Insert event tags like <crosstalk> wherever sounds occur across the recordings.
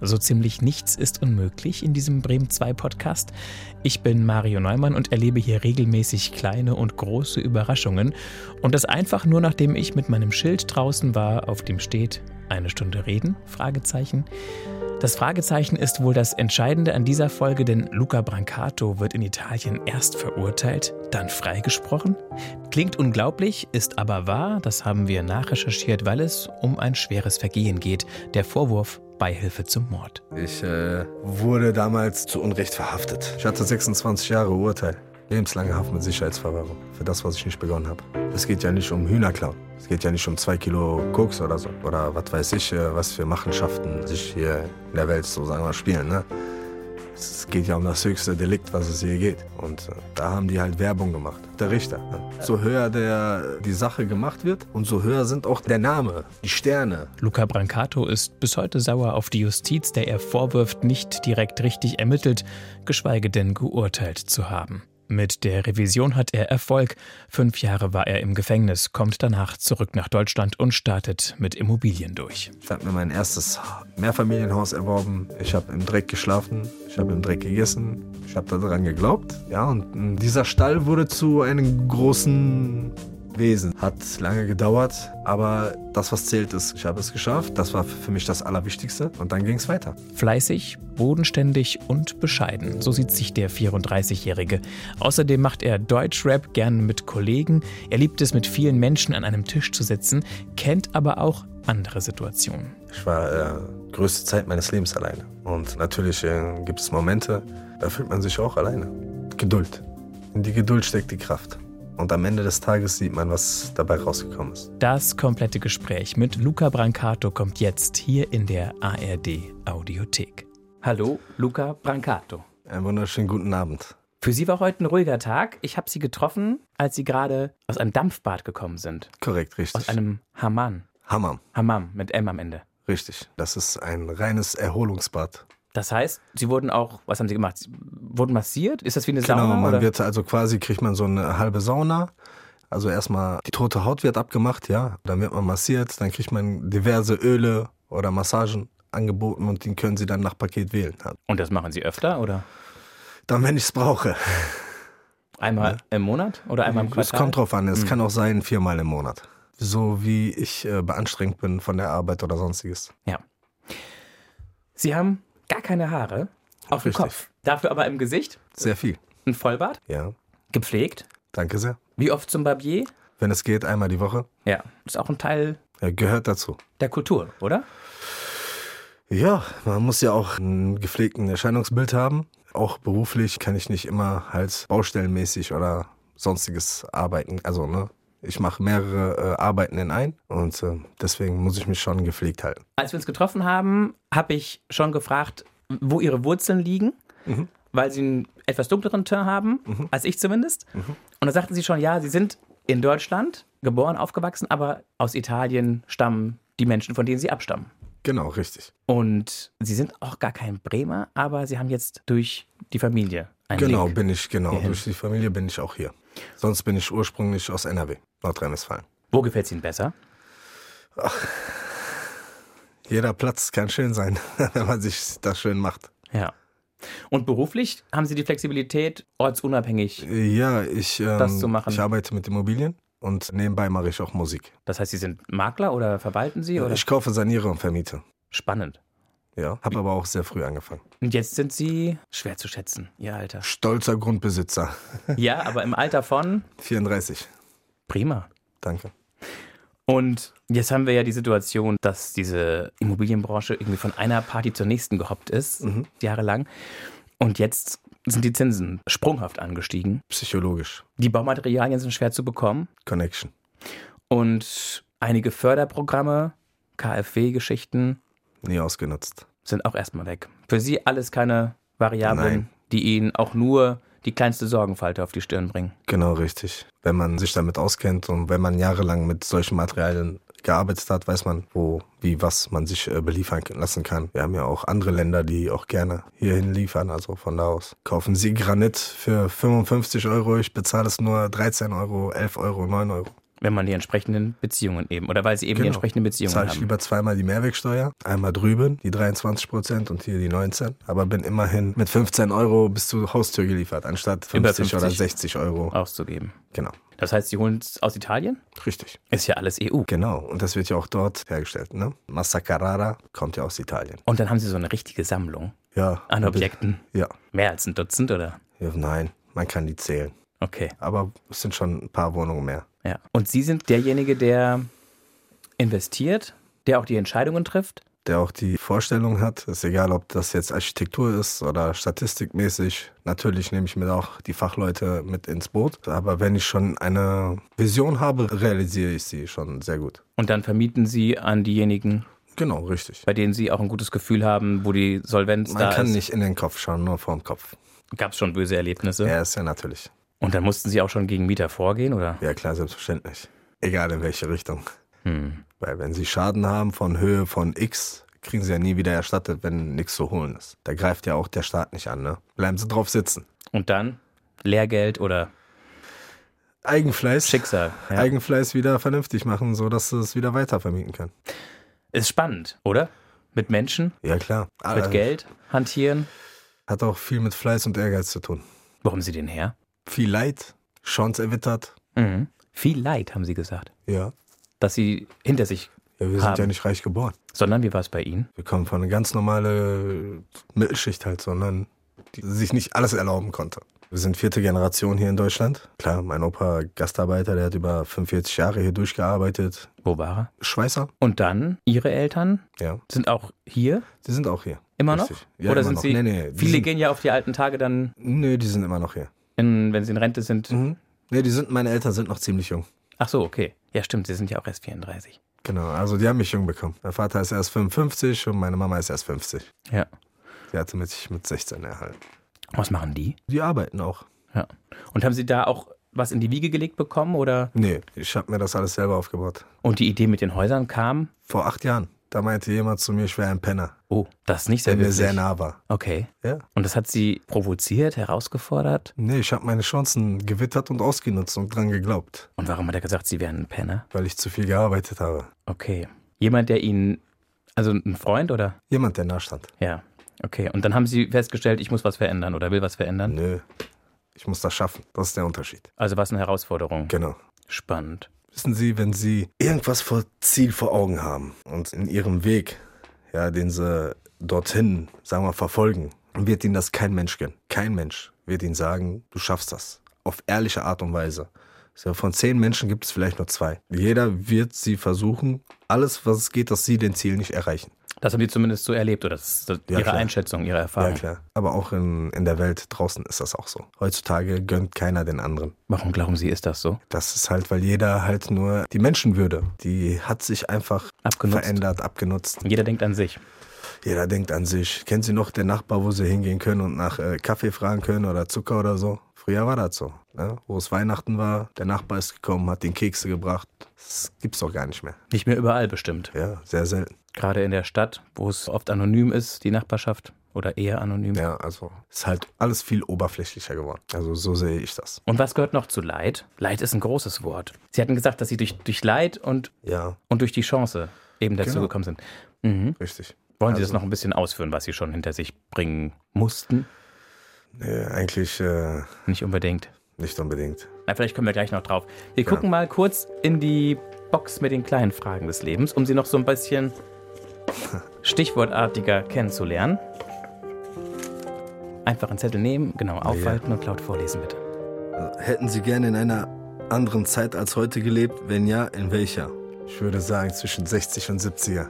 So ziemlich nichts ist unmöglich in diesem Bremen 2 Podcast. Ich bin Mario Neumann und erlebe hier regelmäßig kleine und große Überraschungen. Und das einfach nur, nachdem ich mit meinem Schild draußen war, auf dem steht eine Stunde reden? Fragezeichen. Das Fragezeichen ist wohl das Entscheidende an dieser Folge, denn Luca Brancato wird in Italien erst verurteilt, dann freigesprochen. Klingt unglaublich, ist aber wahr, das haben wir nachrecherchiert, weil es um ein schweres Vergehen geht. Der Vorwurf Beihilfe zum Mord. Ich äh, wurde damals zu Unrecht verhaftet. Ich hatte 26 Jahre Urteil. Lebenslange Haft mit Sicherheitsverwahrung. Für das, was ich nicht begonnen habe. Es geht ja nicht um Hühnerklauen. Es geht ja nicht um zwei Kilo Koks oder so. Oder was weiß ich, äh, was für Machenschaften sich hier in der Welt so sagen wir spielen. Ne? Es geht ja um das höchste Delikt, was es hier geht. Und äh, da haben die halt Werbung gemacht. Der Richter. Ne? So höher der, die Sache gemacht wird und so höher sind auch der Name, die Sterne. Luca Brancato ist bis heute sauer auf die Justiz, der er vorwirft, nicht direkt richtig ermittelt, geschweige denn geurteilt zu haben. Mit der Revision hat er Erfolg. Fünf Jahre war er im Gefängnis, kommt danach zurück nach Deutschland und startet mit Immobilien durch. Ich habe mir mein erstes Mehrfamilienhaus erworben. Ich habe im Dreck geschlafen. Ich habe im Dreck gegessen. Ich habe daran geglaubt. Ja, und hm, dieser Stall wurde zu einem großen Wesen. Hat lange gedauert, aber das, was zählt, ist, ich habe es geschafft. Das war für mich das Allerwichtigste. Und dann ging es weiter. Fleißig, bodenständig und bescheiden. So sieht sich der 34-Jährige. Außerdem macht er Deutschrap gern mit Kollegen. Er liebt es, mit vielen Menschen an einem Tisch zu sitzen, kennt aber auch andere Situationen. Ich war äh, größte Zeit meines Lebens alleine. Und natürlich äh, gibt es Momente, da fühlt man sich auch alleine. Geduld. In die Geduld steckt die Kraft. Und am Ende des Tages sieht man, was dabei rausgekommen ist. Das komplette Gespräch mit Luca Brancato kommt jetzt hier in der ARD Audiothek. Hallo, Luca Brancato. Einen wunderschönen guten Abend. Für Sie war heute ein ruhiger Tag. Ich habe Sie getroffen, als Sie gerade aus einem Dampfbad gekommen sind. Korrekt, richtig. Aus einem Hammam. Hammam. Hammam mit M am Ende. Richtig. Das ist ein reines Erholungsbad. Das heißt, sie wurden auch, was haben sie gemacht? Sie wurden massiert? Ist das wie eine genau, Sauna? Genau, man oder? wird also quasi, kriegt man so eine halbe Sauna. Also erstmal die tote Haut wird abgemacht, ja. Dann wird man massiert, dann kriegt man diverse Öle oder Massagen angeboten und den können sie dann nach Paket wählen. Und das machen sie öfter, oder? Dann, wenn ich es brauche. Einmal ja. im Monat oder einmal im Quartal? Hm. Es kommt drauf an, es mhm. kann auch sein viermal im Monat. So wie ich äh, beanstrengt bin von der Arbeit oder sonstiges. Ja. Sie haben gar keine Haare auf dem Kopf. Dafür aber im Gesicht. Sehr viel. Ein Vollbart. Ja. Gepflegt. Danke sehr. Wie oft zum Barbier? Wenn es geht, einmal die Woche. Ja. Ist auch ein Teil. Ja, gehört dazu. Der Kultur, oder? Ja, man muss ja auch einen gepflegten Erscheinungsbild haben. Auch beruflich kann ich nicht immer halt baustellenmäßig oder sonstiges arbeiten. Also, ne? Ich mache mehrere äh, Arbeiten in ein und äh, deswegen muss ich mich schon gepflegt halten. Als wir uns getroffen haben, habe ich schon gefragt, wo ihre Wurzeln liegen, mhm. weil sie einen etwas dunkleren Teint haben, mhm. als ich zumindest. Mhm. Und da sagten sie schon, ja, sie sind in Deutschland geboren, aufgewachsen, aber aus Italien stammen die Menschen, von denen sie abstammen. Genau, richtig. Und sie sind auch gar kein Bremer, aber sie haben jetzt durch die Familie einen Genau, Link bin ich, genau. hierhin. Durch die Familie bin ich auch hier. Sonst bin ich ursprünglich aus NRW, Nordrhein-Westfalen. Wo gefällt es Ihnen besser? Ach, jeder Platz kann schön sein, <laughs> wenn man sich das schön macht. Ja. Und beruflich haben Sie die Flexibilität, ortsunabhängig Ja, ich, das zu ähm, machen. ich arbeite mit Immobilien und nebenbei mache ich auch Musik. das heißt, Sie sind Makler oder verwalten Sie? Oder? Ich kaufe, saniere und vermiete. Spannend. Ja, habe aber auch sehr früh angefangen. Und jetzt sind Sie schwer zu schätzen, Ihr Alter. <laughs> Stolzer Grundbesitzer. Ja, aber im Alter von 34. prima. Danke. Und jetzt haben wir ja die Situation, dass diese Immobilienbranche irgendwie von einer Party zur nächsten gehoppt ist, jahrelang. Und jetzt sind die Zinsen sprunghaft angestiegen. Psychologisch. Die Baumaterialien sind schwer zu bekommen. Connection. Und einige Förderprogramme, KfW-Geschichten, Nie ausgenutzt. sind auch erstmal weg. Für Sie alles keine Variablen, Nein. die Ihnen auch nur die kleinste Sorgenfalte auf die Stirn bringen. Genau richtig. Wenn man sich damit auskennt und wenn man jahrelang mit solchen Materialien gearbeitet hat, weiß man, wo, wie, was man sich äh, beliefern lassen kann. Wir haben ja auch andere Länder, die auch gerne hierhin liefern, also von da aus. Kaufen Sie Granit für 55 Euro, ich bezahle es nur 13 Euro, 11 Euro, 9 Euro. wenn man die entsprechenden Beziehungen eben, oder weil sie eben die Genau. entsprechenden Beziehungen Zahle ich haben. lieber zweimal die Mehrwegsteuer, einmal drüben die 23 Prozent und hier die 19, aber bin immerhin mit 15 Euro bis zur Haustür geliefert, anstatt Über Ah. 50, 50. oder 60 Euro. Auszugeben. Genau, Das heißt, sie holen es aus Italien? richtig. Ist ja alles E EU. Genau, und das wird ja auch dort hergestellt. Ne? Massa Carrara kommt ja aus Italien. Und dann haben sie so eine richtige Sammlung Ja. an Objekten. Ja. Mehr als ein Dutzend, oder? ja, nein, man kann die zählen. Okay, Aber es sind schon ein paar Wohnungen mehr. ja. Und Sie sind derjenige, der investiert, der auch die Entscheidungen trifft? der auch die Vorstellung hat. Ist egal, ob das jetzt Architektur ist oder statistikmäßig. Natürlich nehme ich mir auch die Fachleute mit ins Boot. Aber wenn ich schon eine Vision habe, realisiere ich sie schon sehr gut. Und dann vermieten Sie an diejenigen, Genau, richtig. bei denen Sie auch ein gutes Gefühl haben, wo die Solvenz Man da kann ist. nicht in den Kopf schauen, nur vorm Kopf. Gab es schon böse Erlebnisse? Ja, ist ja natürlich. Und dann mussten Sie auch schon gegen Mieter vorgehen, oder? Ja, klar, selbstverständlich. Egal in welche Richtung. Hm. Weil wenn sie Schaden haben von Höhe von X, kriegen sie ja nie wieder erstattet, wenn nichts zu holen ist. Da greift ja auch der Staat nicht an, ne? Bleiben sie drauf sitzen. Und dann Lehrgeld oder Eigenfleiß. Schicksal. Ja. Also Eigenfleiß wieder vernünftig machen, sodass du es wieder weiter vermieten kann. Ist spannend, oder? Mit Menschen, Ja, klar. mit Ah, Geld, hantieren. Hat auch viel mit Fleiß und Ehrgeiz zu tun. Wo haben Sie den her? Viel Leid, Chance erwittert. Mhm. Viel Leid, haben Sie gesagt. Ja. Dass Sie hinter sich, ja wir sind Haben. ja nicht reich geboren. sondern wie war es bei Ihnen? Wir kommen von einer ganz normalen Mittelschicht halt, sondern die sich nicht alles erlauben konnte. Wir sind vierte Generation hier in Deutschland. Klar, mein Opa Gastarbeiter, der hat über 45 Jahre hier durchgearbeitet. Wo war er? Schweißer, Und dann, Ihre Eltern ja. sind auch hier Die sind auch hier. immer Richtig. noch? Ja, oder immer sind noch. Sie. Nee, nee, die viele sind- gehen ja auf die alten Tage dann, Nö, die sind immer noch hier. in, wenn sie in Rente sind. Mhm. Nee, die sind, meine Eltern sind noch ziemlich jung. Ach so, okay. Ja, stimmt, sie sind ja auch erst 34. Genau, also die haben mich jung bekommen. Mein Vater ist erst 55 und meine Mama ist erst 50. Ja. Die hatte mich mit 16 erhalten. Was machen die? Die arbeiten auch. Ja. Und haben sie da auch was in die Wiege gelegt bekommen oder? Nee, ich habe mir das alles selber aufgebaut. Und die Idee mit den Häusern kam? Vor acht Jahren, da meinte jemand zu mir, ich wäre ein Penner, Oh, das ist nicht sehr der Äh, mir wirklich. sehr nah war. Okay. Ja. Und das hat sie provoziert, herausgefordert. Nee, ich habe meine Chancen gewittert und ausgenutzt und dran geglaubt, Und warum hat er gesagt, sie wären ein Penner? weil ich zu viel gearbeitet habe. Okay. Jemand, der ihnen, also ein Freund oder? Jemand, der nah stand. Ja. Okay. Und dann haben sie festgestellt, ich muss was verändern oder will was verändern. Nö, ich muss das schaffen. Das ist der Unterschied. Also war es eine Herausforderung. Genau. Spannend. Wissen Sie, wenn Sie irgendwas vor Ziel vor Augen haben und in Ihrem Weg, ja, den Sie dorthin, sagen wir, verfolgen, wird Ihnen das kein Mensch gönnen. Kein Mensch wird Ihnen sagen, du schaffst das. Auf ehrliche Art und Weise. So, Von zehn Menschen gibt es vielleicht nur zwei. Jeder wird sie versuchen, alles, was es geht, dass sie den Ziel nicht erreichen. Das haben sie zumindest so erlebt oder das ist das Ja, ihre klar. Einschätzung, ihre Ja, Erfahrung. klar. Aber auch in, in der Welt draußen ist das auch so. Heutzutage gönnt keiner den anderen. Warum glauben sie, ist das so? Das ist halt, weil jeder halt nur die Menschenwürde, die hat sich einfach Abgenutzt. verändert, abgenutzt. Jeder denkt an sich. Jeder denkt an sich. Kennen Sie noch den Nachbar, wo Sie hingehen können und nach äh, Kaffee fragen können oder Zucker oder so? Früher war das so. Ne? Wo es Weihnachten war, der Nachbar ist gekommen, hat den Kekse gebracht. Das gibt's doch gar nicht mehr. Nicht mehr überall bestimmt. Ja, sehr selten. Gerade in der Stadt, wo es oft anonym ist, die Nachbarschaft oder eher anonym. Ja, also ist halt alles viel oberflächlicher geworden. Also so sehe ich das. Und was gehört noch zu Leid? Leid ist ein großes Wort. Sie hatten gesagt, dass Sie durch, durch Leid und, Ja, und durch die Chance eben dazu Genau. gekommen sind. Mhm. richtig. Wollen Sie das Also- noch ein bisschen ausführen, was Sie schon hinter sich bringen mussten? Also, Nee, eigentlich äh, Nicht unbedingt. nicht unbedingt. Na, vielleicht kommen wir gleich noch drauf. Wir gucken mal kurz in die Box mit den kleinen Fragen des Lebens, um sie noch so ein <laughs> bisschen stichwortartiger kennenzulernen. Einfach einen Zettel nehmen, genau, aufhalten und laut vorlesen, bitte. Hätten Sie gerne in einer anderen Zeit als heute gelebt? Wenn ja, in welcher? Ich würde sagen zwischen 60 und 70er.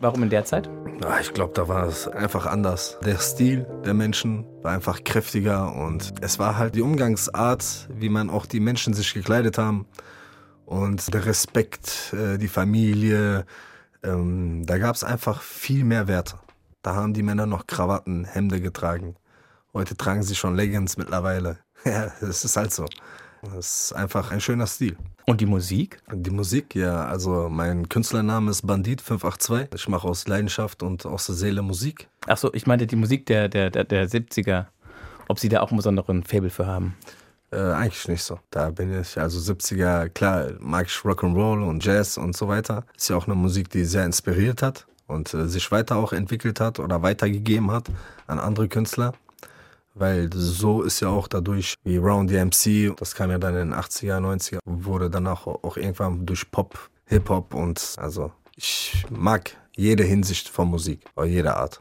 Warum in der Zeit? Ah, Ich glaube, da war es einfach anders. Der Stil der Menschen war einfach kräftiger und es war halt die Umgangsart, wie man auch die Menschen sich gekleidet haben und der Respekt, äh, die Familie. Ähm, da gab es einfach viel mehr Werte. Da haben die Männer noch Krawatten, Hemde getragen. Heute tragen sie schon Leggings mittlerweile. <laughs> Ja, es ist halt so. Es ist einfach ein schöner Stil. Und die Musik? Die Musik, ja. Also mein Künstlername ist Bandit 582. Ich mache aus Leidenschaft und aus der Seele Musik. Achso, ich meinte die Musik der, der, der, der 70er, ob Sie da auch einen besonderen Faible für haben. Äh, eigentlich nicht so. Da bin ich, also 70er, klar, mag ich Rock'n'Roll und Jazz und so weiter. Ist ja auch eine Musik, die sehr inspiriert hat und äh, sich weiter auch entwickelt hat oder weitergegeben hat an andere Künstler. Weil so ist ja auch dadurch, wie Round DMC, das kam ja dann in den 80er, 90er, wurde danach auch irgendwann durch Pop, Hip-Hop und also ich mag jede Hinsicht von Musik, jeder Art.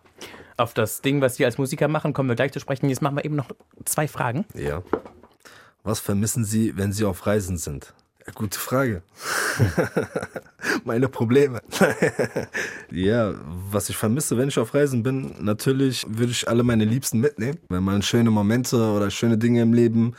Auf das Ding, was wir als Musiker machen, kommen wir gleich zu sprechen. Jetzt machen wir eben noch zwei Fragen. Ja. Was vermissen Sie, wenn Sie auf Reisen sind? Ja, gute Frage. <laughs> Meine Probleme. <laughs> ja, was ich vermisse, wenn ich auf Reisen bin, natürlich würde ich alle meine Liebsten mitnehmen. Wenn man schöne Momente oder schöne Dinge im Leben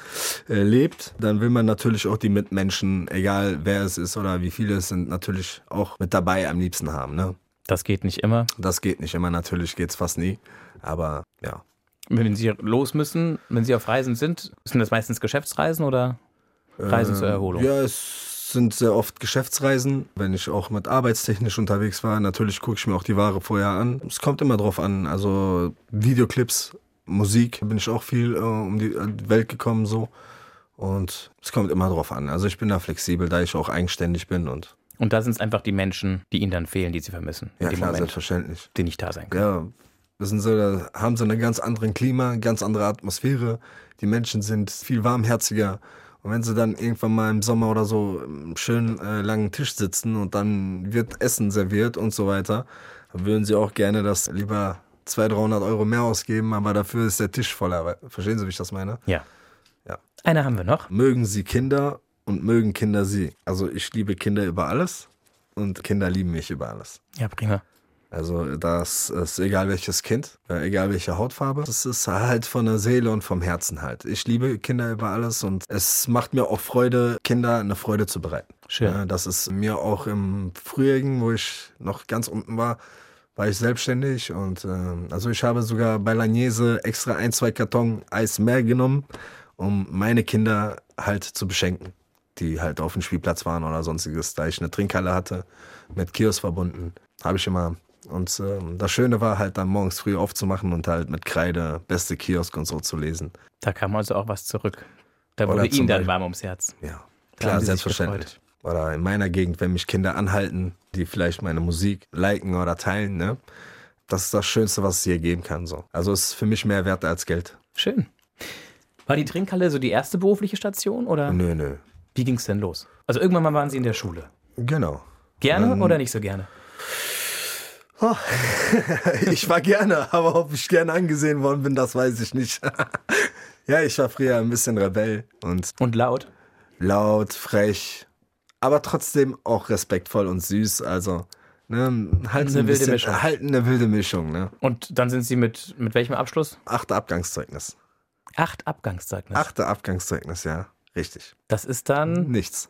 äh, lebt, dann will man natürlich auch die Mitmenschen, egal wer es ist oder wie viele es sind, natürlich auch mit dabei am liebsten haben. Ne? Das geht nicht immer. Das geht nicht immer, natürlich geht es fast nie. Aber ja. Wenn Sie los müssen, wenn Sie auf Reisen sind, sind das meistens Geschäftsreisen oder Reisen Äh, zur Erholung? Ja, es sind sehr oft Geschäftsreisen. Wenn ich auch mit arbeitstechnisch unterwegs war, natürlich gucke ich mir auch die Ware vorher an. Es kommt immer drauf an. Also Videoclips, Musik, bin ich auch viel äh, um die Welt gekommen so. Und es kommt immer drauf an. Also ich bin da flexibel, da ich auch eigenständig bin und Und da sind es einfach die Menschen, die Ihnen dann fehlen, die Sie vermissen. ja in dem klar, Moment, selbstverständlich. die nicht da sein können. Ja, das sind so, da haben so einen ganz anderen Klima, ganz andere Atmosphäre. Die Menschen sind viel warmherziger. Und wenn sie dann irgendwann mal im Sommer oder so einen schönen äh, langen Tisch sitzen und dann wird Essen serviert und so weiter, dann würden sie auch gerne das lieber 200, 300 Euro mehr ausgeben, aber dafür ist der Tisch voller. We- Verstehen Sie, wie ich das meine? Ja. Ja. Eine haben wir noch. Mögen Sie Kinder und mögen Kinder Sie. Also ich liebe Kinder über alles und Kinder lieben mich über alles. Ja, prima. Also das ist egal welches Kind, äh, egal welche Hautfarbe. Es ist halt von der Seele und vom Herzen halt. Ich liebe Kinder über alles und es macht mir auch Freude, Kinder eine Freude zu bereiten. Schön. Äh, Das ist mir auch im Frühjährigen, wo ich noch ganz unten war, war ich selbstständig und ähm, also ich habe sogar bei Langnese extra ein, zwei Karton Eis mehr genommen, um meine Kinder halt zu beschenken, die halt auf dem Spielplatz waren oder sonstiges. Da ich eine Trinkhalle hatte, mit Kiosk verbunden, habe ich immer. Und ähm, das Schöne war halt dann morgens früh aufzumachen und halt mit Kreide beste Kiosk und so zu lesen. Da kam also auch was zurück. Da Oder wurde Ihnen zum dann Beispiel- warm ums Herz. Ja, haben klar, sie sich selbstverständlich. Oder in meiner Gegend, wenn mich Kinder anhalten, die vielleicht meine Musik liken oder teilen, ne? Das ist das Schönste, was es hier geben kann. So. Also es ist für mich mehr wert als Geld. Schön. War die Trinkhalle so die erste berufliche Station oder Nö, nö. wie ging es denn los? Also irgendwann mal waren Sie in der Schule. Genau. Gerne oder nicht so gerne? Ich war gerne, aber ob ich gerne angesehen worden bin, das weiß ich nicht. <laughs> ja, ich war früher ein bisschen Rebell und Und laut? laut, frech, aber trotzdem auch respektvoll und süß. Also ne, halt Eine ein wilde bisschen, Mischung. Halt eine wilde Mischung. Ne? Und dann sind Sie mit, mit welchem Abschluss? Achte Abgangszeugnis. Acht Abgangszeugnis. Achte Abgangszeugnis, ja. Richtig. Das ist dann, Nichts.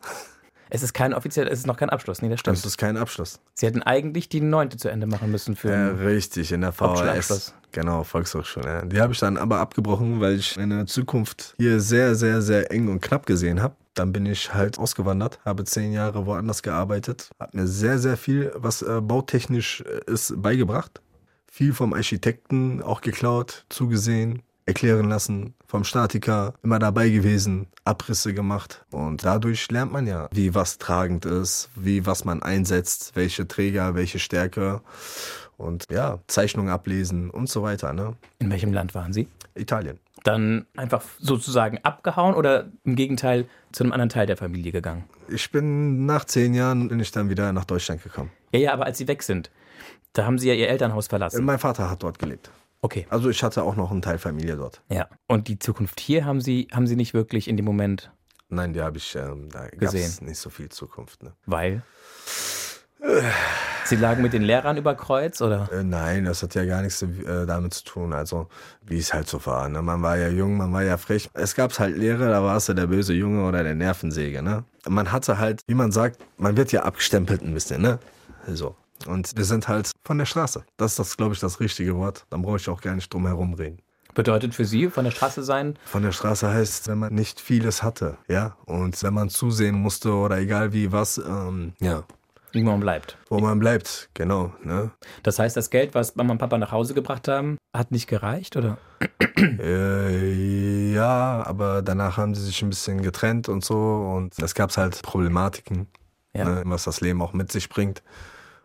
es ist kein offiziell, es ist noch kein Abschluss. Nee, das stimmt. Das ist kein Abschluss. Sie hätten eigentlich die neunte zu Ende machen müssen für. Ja, richtig, in der Hauptschulabschluss. VHS. Genau, Volkshochschule. Ja. Die habe ich dann aber abgebrochen, weil ich meine Zukunft hier sehr, sehr, sehr eng und knapp gesehen habe. Dann bin ich halt ausgewandert, habe zehn Jahre woanders gearbeitet, habe mir sehr, sehr viel, was äh, bautechnisch äh, ist, beigebracht. Viel vom Architekten auch geklaut, zugesehen, erklären lassen, vom Statiker immer dabei gewesen, Abrisse gemacht. Und dadurch lernt man ja, wie was tragend ist, wie was man einsetzt, welche Träger, welche Stärke und ja, Zeichnungen ablesen und so weiter. Ne? In welchem Land waren Sie? Italien. Dann einfach sozusagen abgehauen oder im Gegenteil zu einem anderen Teil der Familie gegangen? Ich bin nach zehn Jahren bin ich dann wieder nach Deutschland gekommen. Ja, ja, aber als Sie weg sind, da haben Sie ja Ihr Elternhaus verlassen. Mein Vater hat dort gelebt. Okay. Also ich hatte auch noch einen Teil Familie dort. Ja. Und die Zukunft hier haben Sie, haben Sie nicht wirklich in dem Moment, Nein, die habe ich, ähm, da gab es Gesehen. nicht so viel Zukunft. Ne? weil. Äh. Sie lagen mit den Lehrern über Kreuz oder? Äh, nein, das hat ja gar nichts äh, damit zu tun. Also, wie es halt so war. Ne? Man war ja jung, man war ja frech. Es gab halt Lehrer, da warst du der böse Junge oder der Nervensäge. Ne? Man hatte halt, wie man sagt, man wird ja abgestempelt ein bisschen. Ne? So. Und wir sind halt von der Straße. Das ist, das, glaube ich, das richtige Wort. Dann brauche ich auch gar nicht drum herum reden. Bedeutet für Sie von der Straße sein? Von der Straße heißt, wenn man nicht vieles hatte, ja, und wenn man zusehen musste oder egal wie was, ähm, ja, Wie man bleibt. Wo man bleibt, genau. Ne? Das heißt, das Geld, was Mama und Papa nach Hause gebracht haben, hat nicht gereicht, oder? Äh, ja, aber danach haben sie sich ein bisschen getrennt und so. Und es gab halt Problematiken, Ja. ne, was das Leben auch mit sich bringt.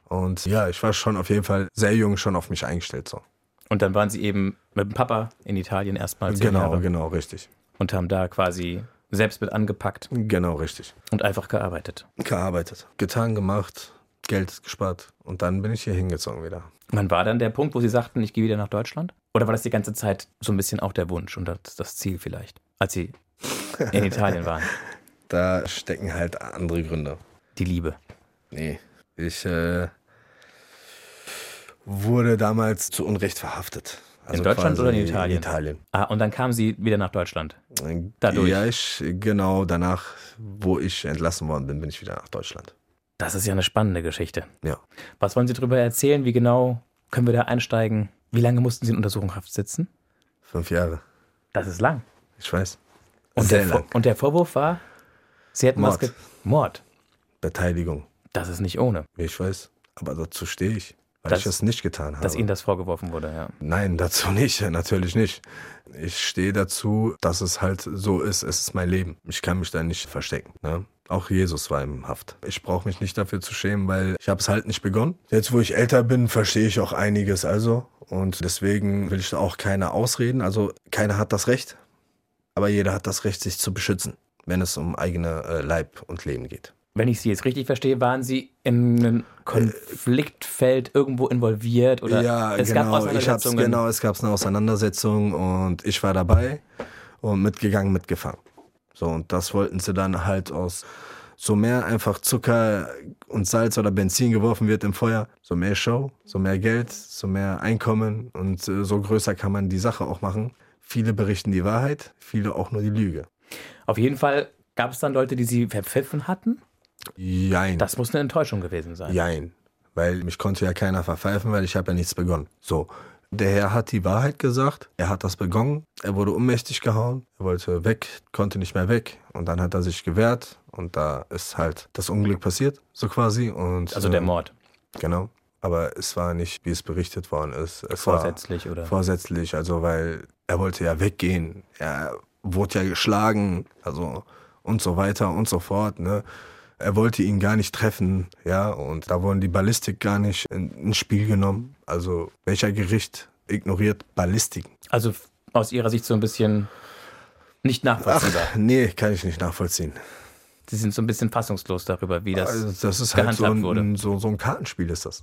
Und ja, ich war schon auf jeden Fall sehr jung schon auf mich eingestellt. So. Und dann waren sie eben mit dem Papa in Italien erstmal zehn Genau, Jahre genau, richtig. und haben da quasi selbst mit angepackt Genau, richtig. und einfach gearbeitet. Gearbeitet, getan, gemacht, Geld gespart. Und dann bin ich hier hingezogen wieder. Wann war dann der Punkt, wo sie sagten, ich gehe wieder nach Deutschland? Oder war das die ganze Zeit so ein bisschen auch der Wunsch und das, das Ziel vielleicht, als sie in Italien waren? Da stecken halt andere Gründe. Die Liebe. Nee. Ich äh, wurde damals zu Unrecht verhaftet. Also Deutschland quasi oder in Italien? In Italien. Ah, und dann kam sie wieder nach Deutschland. Dadurch? Ja, ich, genau danach, wo ich entlassen worden bin, bin ich wieder nach Deutschland. Das ist ja eine spannende Geschichte. Ja. Was wollen Sie darüber erzählen? Wie genau können wir da einsteigen? Wie lange mussten Sie in Untersuchungshaft sitzen? Fünf Jahre. Das ist lang. Ich weiß. Und, Sehr der, Vor- lang. und der Vorwurf war, Sie hätten was... Mord. ge- Mord. Beteiligung. Das ist nicht ohne, Ich weiß. Aber dazu stehe ich, weil Das- ich es nicht getan habe. dass Ihnen das vorgeworfen wurde, ja. Nein, dazu nicht, <laughs> natürlich nicht. Ich stehe dazu, dass es halt so ist. Es ist mein Leben. Ich kann mich da nicht verstecken. Ne? Auch Jesus war im Haft. Ich brauche mich nicht dafür zu schämen, weil ich habe es halt nicht begonnen. Jetzt, wo ich älter bin, verstehe ich auch einiges also. Und deswegen will ich da auch keine ausreden. Also keiner hat das Recht, aber jeder hat das Recht, sich zu beschützen, wenn es um eigene äh, Leib und Leben geht. Wenn ich Sie jetzt richtig verstehe, waren Sie in einem Konfliktfeld irgendwo involviert oder ja, es gab genau. ich hab's, Auseinandersetzungen. genau, es gab eine Auseinandersetzung und ich war dabei und mitgegangen, mitgefangen. So, und das wollten sie dann halt aus so mehr einfach Zucker und Salz oder Benzin geworfen wird im Feuer, so mehr Show, so mehr Geld, so mehr Einkommen und äh, so größer kann man die Sache auch machen. Viele berichten die Wahrheit, viele auch nur die Lüge. Auf jeden Fall gab es dann Leute, die Sie verpfiffen hatten. Jein. Das muss eine Enttäuschung gewesen sein. Jein. Weil mich konnte ja keiner verpfeifen, weil ich habe ja nichts begonnen. So. Der Herr hat die Wahrheit gesagt, er hat das begonnen, er wurde ohnmächtig gehauen, er wollte weg, konnte nicht mehr weg und dann hat er sich gewehrt und da ist halt das Unglück passiert, so quasi. Und, Also der äh, Mord, Genau. Aber es war nicht, wie es berichtet worden ist. Es vorsätzlich War oder? vorsätzlich, also weil er wollte ja weggehen, er wurde ja geschlagen, also und so weiter und so fort, ne. Er wollte ihn gar nicht treffen, ja, und da wurden die Ballistik gar nicht in- ins Spiel genommen. Also welcher Gericht ignoriert Ballistik? also f- aus Ihrer Sicht so ein bisschen nicht nachvollziehbar. Ach, nee, kann ich nicht nachvollziehen. Sie sind so ein bisschen fassungslos darüber, wie das, also, das ist halt so gehandhabt wurde. ein, so, so ein Kartenspiel ist das.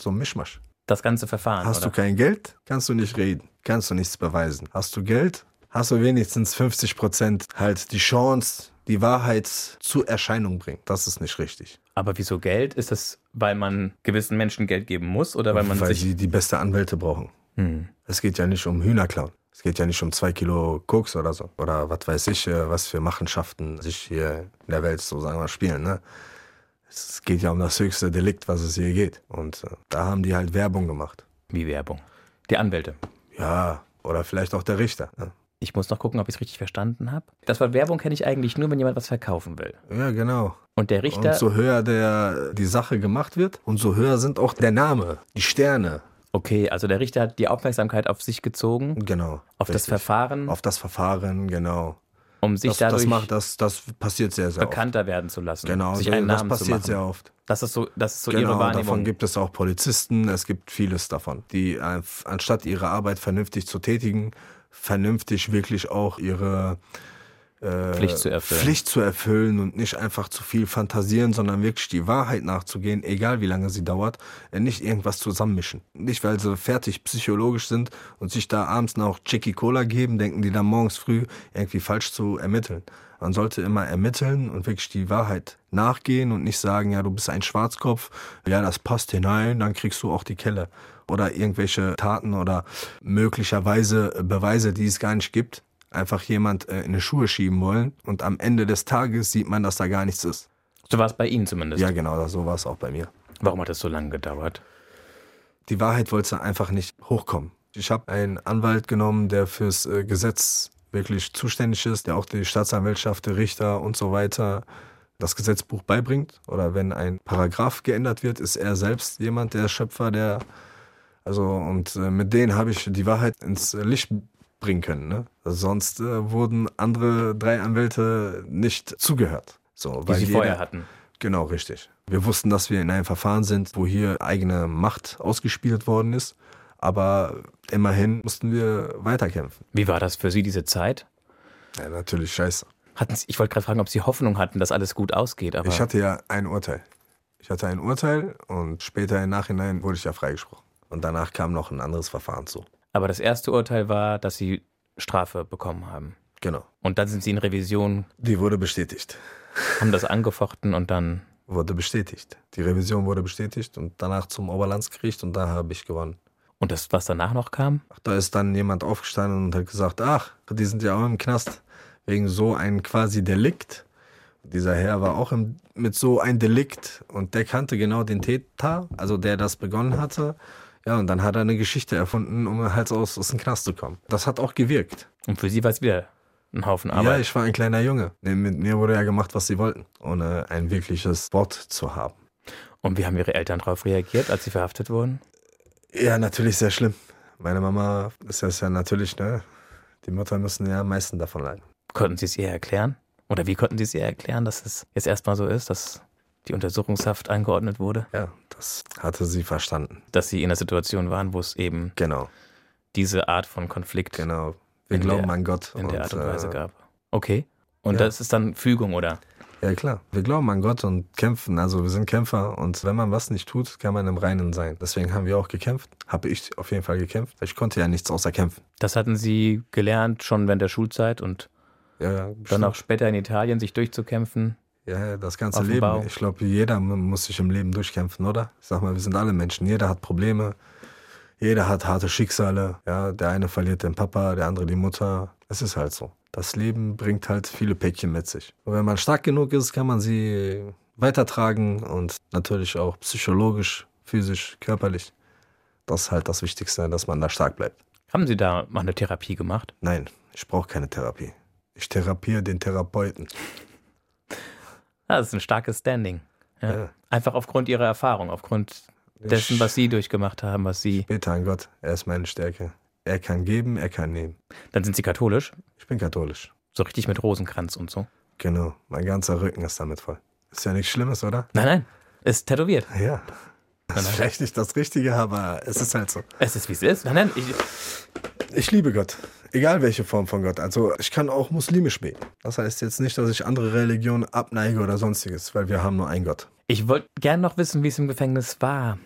So ein Mischmasch. das ganze Verfahren. Hast oder? du kein Geld, kannst du nicht reden, kannst du nichts beweisen. Hast du Geld, hast du wenigstens 50 Prozent halt die Chance, die Wahrheit zur Erscheinung bringen. Das ist nicht richtig. Aber wieso Geld? Ist das, weil man gewissen Menschen Geld geben muss oder weil man weil sich. sie die beste Anwälte brauchen. Hm. Es geht ja nicht um Hühnerklauen. Es geht ja nicht um zwei Kilo Koks oder so. Oder was weiß ich, äh, was für Machenschaften sich hier in der Welt so sagen wir spielen. Ne? Es geht ja um das höchste Delikt, was es hier geht. Und äh, da haben die halt Werbung gemacht. Wie Werbung. Die Anwälte. Ja, oder vielleicht auch der Richter. Ne? Ich muss noch gucken, ob ich es richtig verstanden habe. Das Wort Werbung kenne ich eigentlich nur, wenn jemand was verkaufen will. Ja, genau. Und der Richter. Und so höher der, die Sache gemacht wird, und so höher sind auch der Name, die Sterne. Okay, also der Richter hat die Aufmerksamkeit auf sich gezogen, Genau. auf das richtig. Verfahren, Auf das Verfahren, genau. um sich Das, dadurch das, macht, das, das passiert sehr, sehr oft. bekannter werden zu lassen. Genau, sich so- einen das Namen zu passiert machen. sehr oft. Das ist so, das ist so ihre Genau, davon Wahrnehmung. gibt es auch Polizisten, es gibt vieles davon, die äh, f- anstatt ihre Arbeit vernünftig zu tätigen, vernünftig wirklich auch ihre äh, Pflicht zu erfüllen. Pflicht zu erfüllen und nicht einfach zu viel fantasieren, sondern wirklich die Wahrheit nachzugehen, egal wie lange sie dauert, äh, nicht irgendwas zusammenmischen. Nicht, weil sie fertig psychologisch sind und sich da abends noch Chicky Cola geben, denken die dann morgens früh irgendwie falsch zu ermitteln. Man sollte immer ermitteln und wirklich die Wahrheit nachgehen und nicht sagen, ja, du bist ein Schwarzkopf, ja, das passt hinein, dann kriegst du auch die Kelle. Oder irgendwelche Taten oder möglicherweise Beweise, die es gar nicht gibt, einfach jemand äh, in die Schuhe schieben wollen und am Ende des Tages sieht man, dass da gar nichts ist. so war es bei Ihnen zumindest. Ja, genau, das- so war es auch bei mir. Warum hat das so lange gedauert? Die Wahrheit wollte einfach nicht hochkommen. Ich habe einen Anwalt genommen, der fürs äh, Gesetz wirklich zuständig ist, der auch die Staatsanwältschaft, die Richter und so weiter das Gesetzbuch beibringt oder wenn ein Paragraph geändert wird, ist er selbst jemand, der Schöpfer, der also und äh, mit denen habe ich die Wahrheit ins Licht bringen können. Ne? Sonst äh, wurden andere drei Anwälte nicht zugehört. So, die weil sie jeder- vorher hatten. Genau, richtig. Wir wussten, dass wir in einem Verfahren sind, wo hier eigene Macht ausgespielt worden ist. Aber immerhin mussten wir weiterkämpfen. Wie war das für Sie, diese Zeit? Ja, natürlich scheiße. Hatten Sie, ich wollte gerade fragen, ob Sie Hoffnung hatten, dass alles gut ausgeht, aber Ich hatte ja ein Urteil. Ich hatte ein Urteil und später im Nachhinein wurde ich ja freigesprochen. Und danach kam noch ein anderes Verfahren zu. Aber das erste Urteil war, dass sie Strafe bekommen haben. Genau. Und dann sind sie in Revision, Die wurde bestätigt. haben das angefochten und dann. Wurde bestätigt. Die Revision wurde bestätigt und danach zum Oberlandesgericht und da habe ich gewonnen. Und das, was danach noch kam? Ach, Da ist dann jemand aufgestanden und hat gesagt, ach, die sind ja auch im Knast wegen so einem quasi Delikt. Dieser Herr war auch im, mit so einem Delikt und der kannte genau den Täter, also der das begonnen hatte. Ja, und dann hat er eine Geschichte erfunden, um halt aus, aus dem Knast zu kommen. Das hat auch gewirkt. Und für sie war es wieder ein Haufen ja, Arbeit. ich war ein kleiner Junge. Mit mir wurde ja gemacht, was sie wollten, ohne ein wirkliches Wort zu haben. und wie haben ihre Eltern darauf reagiert, als sie verhaftet wurden? Ja, natürlich sehr schlimm. Meine Mama ist das ja natürlich, ne? Die Mütter müssen ja am meisten davon leiden. Konnten sie es ihr erklären? Oder wie konnten sie es ihr erklären, dass es jetzt erstmal so ist, dass die Untersuchungshaft angeordnet wurde? Ja, das hatte sie verstanden. Dass sie in einer Situation waren, wo es eben Genau, diese Art von Konflikt genau. Wir In glauben der- an Gott. in der Art und äh, Weise gab. Okay. Und ja. das ist dann Fügung, oder? Ja, klar. Wir glauben an Gott und kämpfen. Also wir sind Kämpfer und wenn man was nicht tut, kann man im Reinen sein. Deswegen haben wir auch gekämpft. Habe ich auf jeden Fall gekämpft. Ich konnte ja nichts außer kämpfen. Das hatten sie gelernt schon während der Schulzeit und Ja, ja, dann bestimmt. auch später in Italien sich durchzukämpfen. ja, ja, das ganze auf dem Leben. Bau. Ich glaube, jeder mu- muss sich im Leben durchkämpfen, oder? Ich sag mal, wir sind alle Menschen. Jeder hat Probleme. Jeder hat harte Schicksale. Ja, der eine verliert den Papa, der andere die Mutter. Es ist halt so. Das Leben bringt halt viele Päckchen mit sich. Und wenn man stark genug ist, kann man sie weitertragen und natürlich auch psychologisch, physisch, körperlich. Das ist halt das Wichtigste, dass man da stark bleibt. Haben Sie da mal eine Therapie gemacht? Nein, ich brauche keine Therapie. Ich therapiere den Therapeuten. Ja, das ist ein starkes Standing. Ja. Ja. Einfach aufgrund Ihrer Erfahrung, aufgrund dessen, Ich- was Sie durchgemacht haben, was Sie. Bete an Gott, er ist meine Stärke. Er kann geben, er kann nehmen. Dann sind Sie katholisch, Ich bin katholisch. so richtig mit Rosenkranz und so. Genau, mein ganzer Rücken ist damit voll. Ist ja nichts Schlimmes, oder? Nein, nein, ist tätowiert. Ja. Das nein. ist vielleicht nicht das Richtige, aber es ist halt so. Es ist, wie es ist. Nein, nein, ich, Ich liebe Gott. Egal welche Form von Gott. Also ich kann auch muslimisch beten. Das heißt jetzt nicht, dass ich andere Religionen abneige oder sonstiges, weil wir haben nur einen Gott. ich wollte gern noch wissen, wie es im Gefängnis war.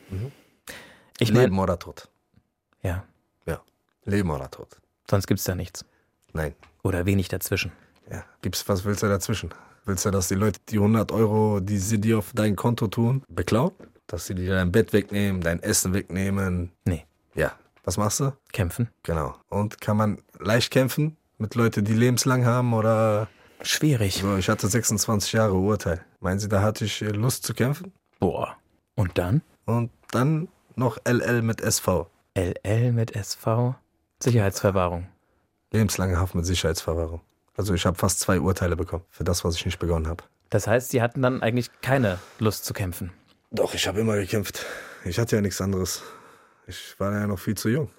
Ich Leben meine, oder Tod. ja, Ja. Leben oder Tod. sonst gibt es da nichts. Nein. Oder wenig dazwischen. Ja. Gibt's, was willst du dazwischen? Willst du, dass die Leute die 100 Euro, die sie dir auf dein Konto tun, beklauen? Dass sie dir dein Bett wegnehmen, dein Essen wegnehmen? Nee. Ja. Was machst du? Kämpfen? Genau. Und kann man leicht kämpfen mit Leuten, die lebenslang haben oder Schwierig. so, ich hatte 26 Jahre Urteil. Meinen Sie, da hatte ich äh, Lust zu kämpfen? Boah. Und dann? Und dann noch LL mit SV. LL mit SV. Sicherheitsverwahrung. Lebenslange Haft mit Sicherheitsverwahrung. Also ich habe fast zwei Urteile bekommen für das, was ich nicht begonnen habe. Das heißt, sie hatten dann eigentlich keine Lust zu kämpfen. Doch, ich habe immer gekämpft. Ich hatte ja nichts anderes. Ich war ja noch viel zu jung.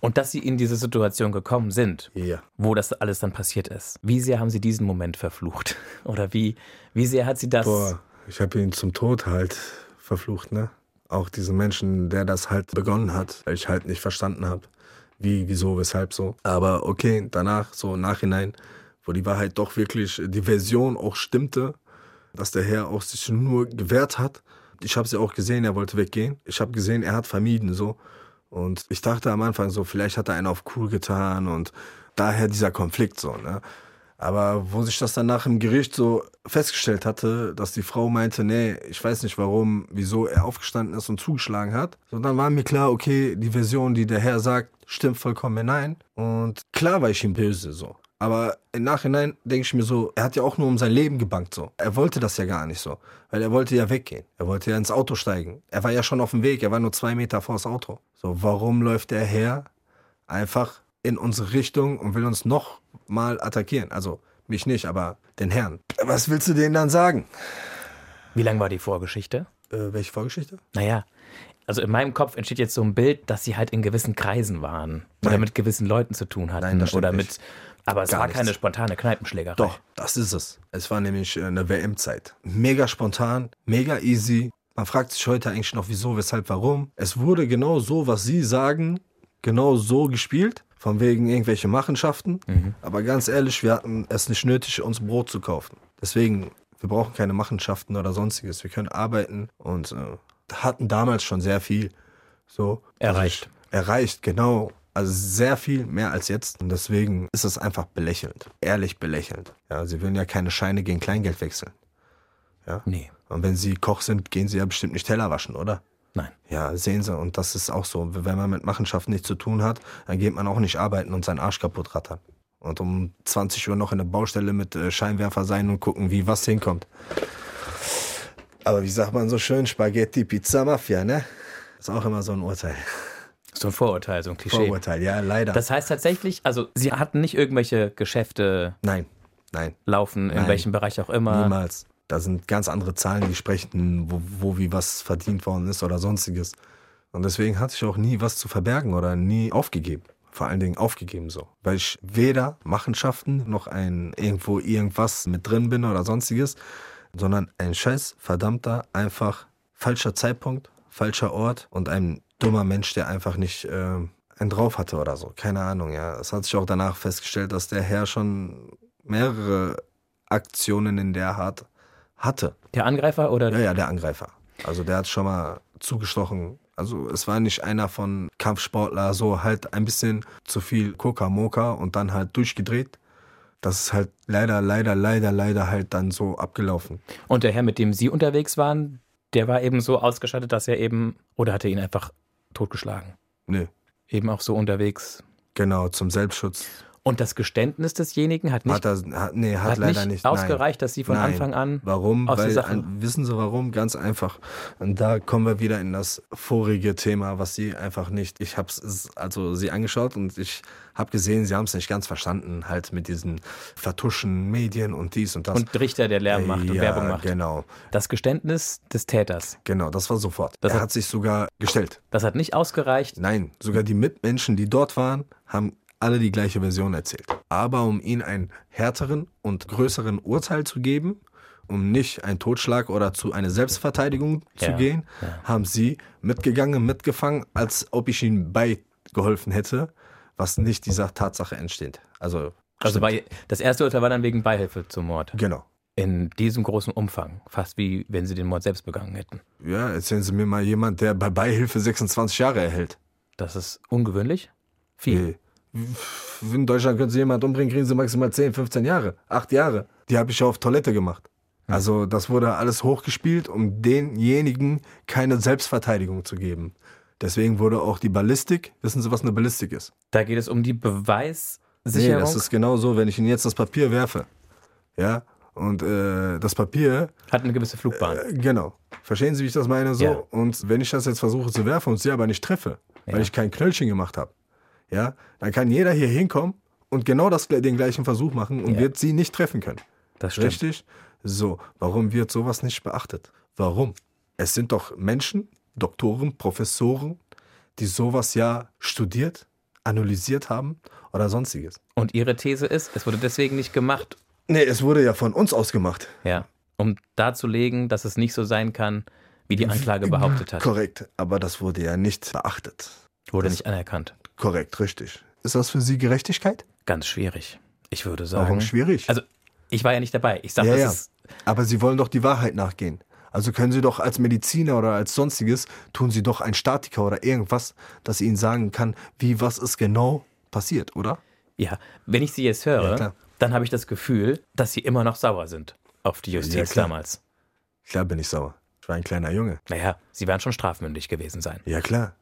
Und dass sie in diese Situation gekommen sind, Ja. wo das alles dann passiert ist. Wie sehr haben sie diesen Moment verflucht? <laughs> Oder wie, wie sehr hat sie das. Boah, ich habe ihn zum Tod halt verflucht, ne? Auch diesen Menschen, der das halt begonnen hat, weil ich halt nicht verstanden habe, wie, wieso, weshalb so. Aber okay, danach, so im Nachhinein, wo die Wahrheit doch wirklich, die Version auch stimmte, dass der Herr auch sich nur gewehrt hat. Ich habe sie auch gesehen, er wollte weggehen. Ich habe gesehen, er hat vermieden so. Und ich dachte am Anfang so, vielleicht hat er einen auf cool getan und daher dieser Konflikt so. Ne? Aber wo sich das danach im Gericht so festgestellt hatte, dass die Frau meinte, nee, ich weiß nicht warum, wieso er aufgestanden ist und zugeschlagen hat. So, dann war mir klar, okay, die Version, die der Herr sagt, stimmt vollkommen hinein. Und klar war ich ihm böse so. Aber im Nachhinein denke ich mir so, er hat ja auch nur um sein Leben gebankt so. Er wollte das ja gar nicht so, weil er wollte ja weggehen. Er wollte ja ins Auto steigen. Er war ja schon auf dem Weg, er war nur zwei Meter vor das Auto. So, warum läuft er her? Einfach in unsere Richtung und will uns noch mal attackieren? Also Mich nicht, aber den Herrn. Was willst du denen dann sagen? Wie lang war die Vorgeschichte? Äh, welche Vorgeschichte? Naja, also in meinem Kopf entsteht jetzt so ein Bild, dass sie halt in gewissen Kreisen waren oder Nein. mit gewissen Leuten zu tun hatten Nein, das stimmt oder mit. nicht. Aber es Gar war nichts. keine spontane Kneipenschlägerei. Doch, das ist es. Es war nämlich äh, eine WM-Zeit. Mega spontan, mega easy. Man fragt sich heute eigentlich noch, wieso, weshalb, warum. Es wurde genau so, was Sie sagen, genau so gespielt. Von wegen irgendwelche Machenschaften. Aber ganz ehrlich, wir hatten es nicht nötig, uns Brot zu kaufen. Deswegen, wir brauchen keine Machenschaften oder sonstiges. Wir können arbeiten und äh, hatten damals schon sehr viel. So. Erreicht. Erreicht, genau. Also sehr viel mehr als jetzt. Und deswegen ist es einfach belächelnd. Ehrlich belächelnd. Ja, sie wollen ja keine Scheine gegen Kleingeld wechseln. Nee, Und wenn sie Koch sind, gehen sie ja bestimmt nicht Teller waschen, oder? nein. Ja, sehen sie. Und das ist auch so. Wenn man mit Machenschaften nichts zu tun hat, dann geht man auch nicht arbeiten und seinen Arsch kaputt rattern. Und um 20 Uhr noch in der Baustelle mit äh, Scheinwerfer sein und gucken, wie was hinkommt. Aber wie sagt man so schön, Spaghetti Pizza Mafia, ne? Ist auch immer so ein Urteil. So ein Vorurteil, so ein Klischee. Vorurteil, ja, leider. Das heißt tatsächlich, also sie hatten nicht irgendwelche Geschäfte nein, nein. laufen, in Nein. welchem Bereich auch immer. Niemals. Da sind ganz andere Zahlen, die sprechen, wo, wo wie was verdient worden ist oder sonstiges. Und deswegen hatte ich auch nie was zu verbergen oder nie aufgegeben. Vor allen Dingen aufgegeben so. Weil ich weder Machenschaften noch ein irgendwo irgendwas mit drin bin oder sonstiges, sondern ein scheiß verdammter, einfach falscher Zeitpunkt, falscher Ort und ein dummer Mensch, der einfach nicht äh, einen drauf hatte oder so. Keine Ahnung, ja. Es hat sich auch danach festgestellt, dass der Herr schon mehrere Aktionen in der Art hatte. Der Angreifer oder Ja, ja, der Angreifer. Also der hat schon mal zugestochen. Also es war nicht einer von Kampfsportler, so halt ein bisschen zu viel Koka-Moka und dann halt durchgedreht. Das ist halt leider, leider, leider, leider halt dann so abgelaufen. Und der Herr, mit dem Sie unterwegs waren, der war eben so ausgestattet, dass er eben, oder hat er ihn einfach totgeschlagen? Nö, Eben auch so unterwegs. genau, zum Selbstschutz. Und das Geständnis desjenigen hat nicht, Hat er, hat, nee, hat, hat leider nicht nicht. Nein. ausgereicht, dass Sie von Nein. Anfang an. Warum? aus der Weil, Sache. ein, wissen Sie warum? Ganz einfach. Und da kommen wir wieder in das vorige Thema, was Sie einfach nicht. Ich habe also Sie angeschaut und ich habe gesehen, Sie haben es nicht ganz verstanden, halt mit diesen vertuschen Medien und dies und das. Und Richter, der Lärm macht und ja, Werbung macht. Genau, Das Geständnis des Täters, genau, das war sofort. Das er hat- hat sich sogar gestellt. das hat nicht ausgereicht. Nein, sogar die Mitmenschen, die dort waren, haben alle die gleiche Version erzählt. Aber um ihnen einen härteren und größeren Urteil zu geben, um nicht einen Totschlag oder zu einer Selbstverteidigung zu Ja, gehen, ja. haben sie mitgegangen, mitgefangen, als ob ich ihnen beigeholfen hätte, was nicht dieser Tatsache entsteht. Also, Also stimmt. bei, das erste Urteil war dann wegen Beihilfe zum Mord. genau. In diesem großen Umfang. Fast wie wenn Sie den Mord selbst begangen hätten. Ja, erzählen Sie mir mal jemand, der bei Beihilfe 26 Jahre erhält. Das ist ungewöhnlich. Viel. Nee. In Deutschland können sie jemand umbringen, kriegen sie maximal 10, 15 Jahre, 8 Jahre. Die habe ich ja auf Toilette gemacht. Also das wurde alles hochgespielt, um denjenigen keine Selbstverteidigung zu geben. Deswegen wurde auch die Ballistik, wissen Sie, was eine Ballistik ist? Da geht es um die Nee, Beweissicherung. das ist genau so, wenn ich Ihnen jetzt das Papier werfe. Ja, und äh, das Papier hat eine gewisse Flugbahn. Äh, Genau. Verstehen Sie, wie ich das meine? So. Ja. Und wenn ich das jetzt versuche zu werfen und sie aber nicht treffe, Ja. weil ich kein Knöllchen gemacht habe, ja, dann kann jeder hier hinkommen und genau das, den gleichen Versuch machen und Ja. wird sie nicht treffen können. das stimmt. Richtig? So, warum wird sowas nicht beachtet? Warum? Es sind doch Menschen, Doktoren, Professoren, die sowas ja studiert, analysiert haben oder sonstiges. Und ihre These ist, es wurde deswegen nicht gemacht, Nee, es wurde ja von uns ausgemacht. ja, um darzulegen, dass es nicht so sein kann, wie die Anklage behauptet hat. Genau. Korrekt, aber das wurde ja nicht beachtet. Wurde nicht anerkannt. Korrekt, richtig. Ist das für Sie Gerechtigkeit? Ganz schwierig. Ich würde sagen. Warum schwierig? Also, ich war ja nicht dabei. Ich sage, ja, das ja. ist. Aber Sie wollen doch die Wahrheit nachgehen. Also können Sie doch als Mediziner oder als sonstiges, tun Sie doch einen Statiker oder irgendwas, das Ihnen sagen kann, wie was ist genau passiert, oder? Ja, wenn ich sie jetzt höre, Ja, klar. dann habe ich das Gefühl, dass sie immer noch sauer sind auf die Justiz klar. damals. Klar bin ich sauer. Ich war ein kleiner Junge. Naja, sie werden schon strafmündig gewesen sein. Ja, klar.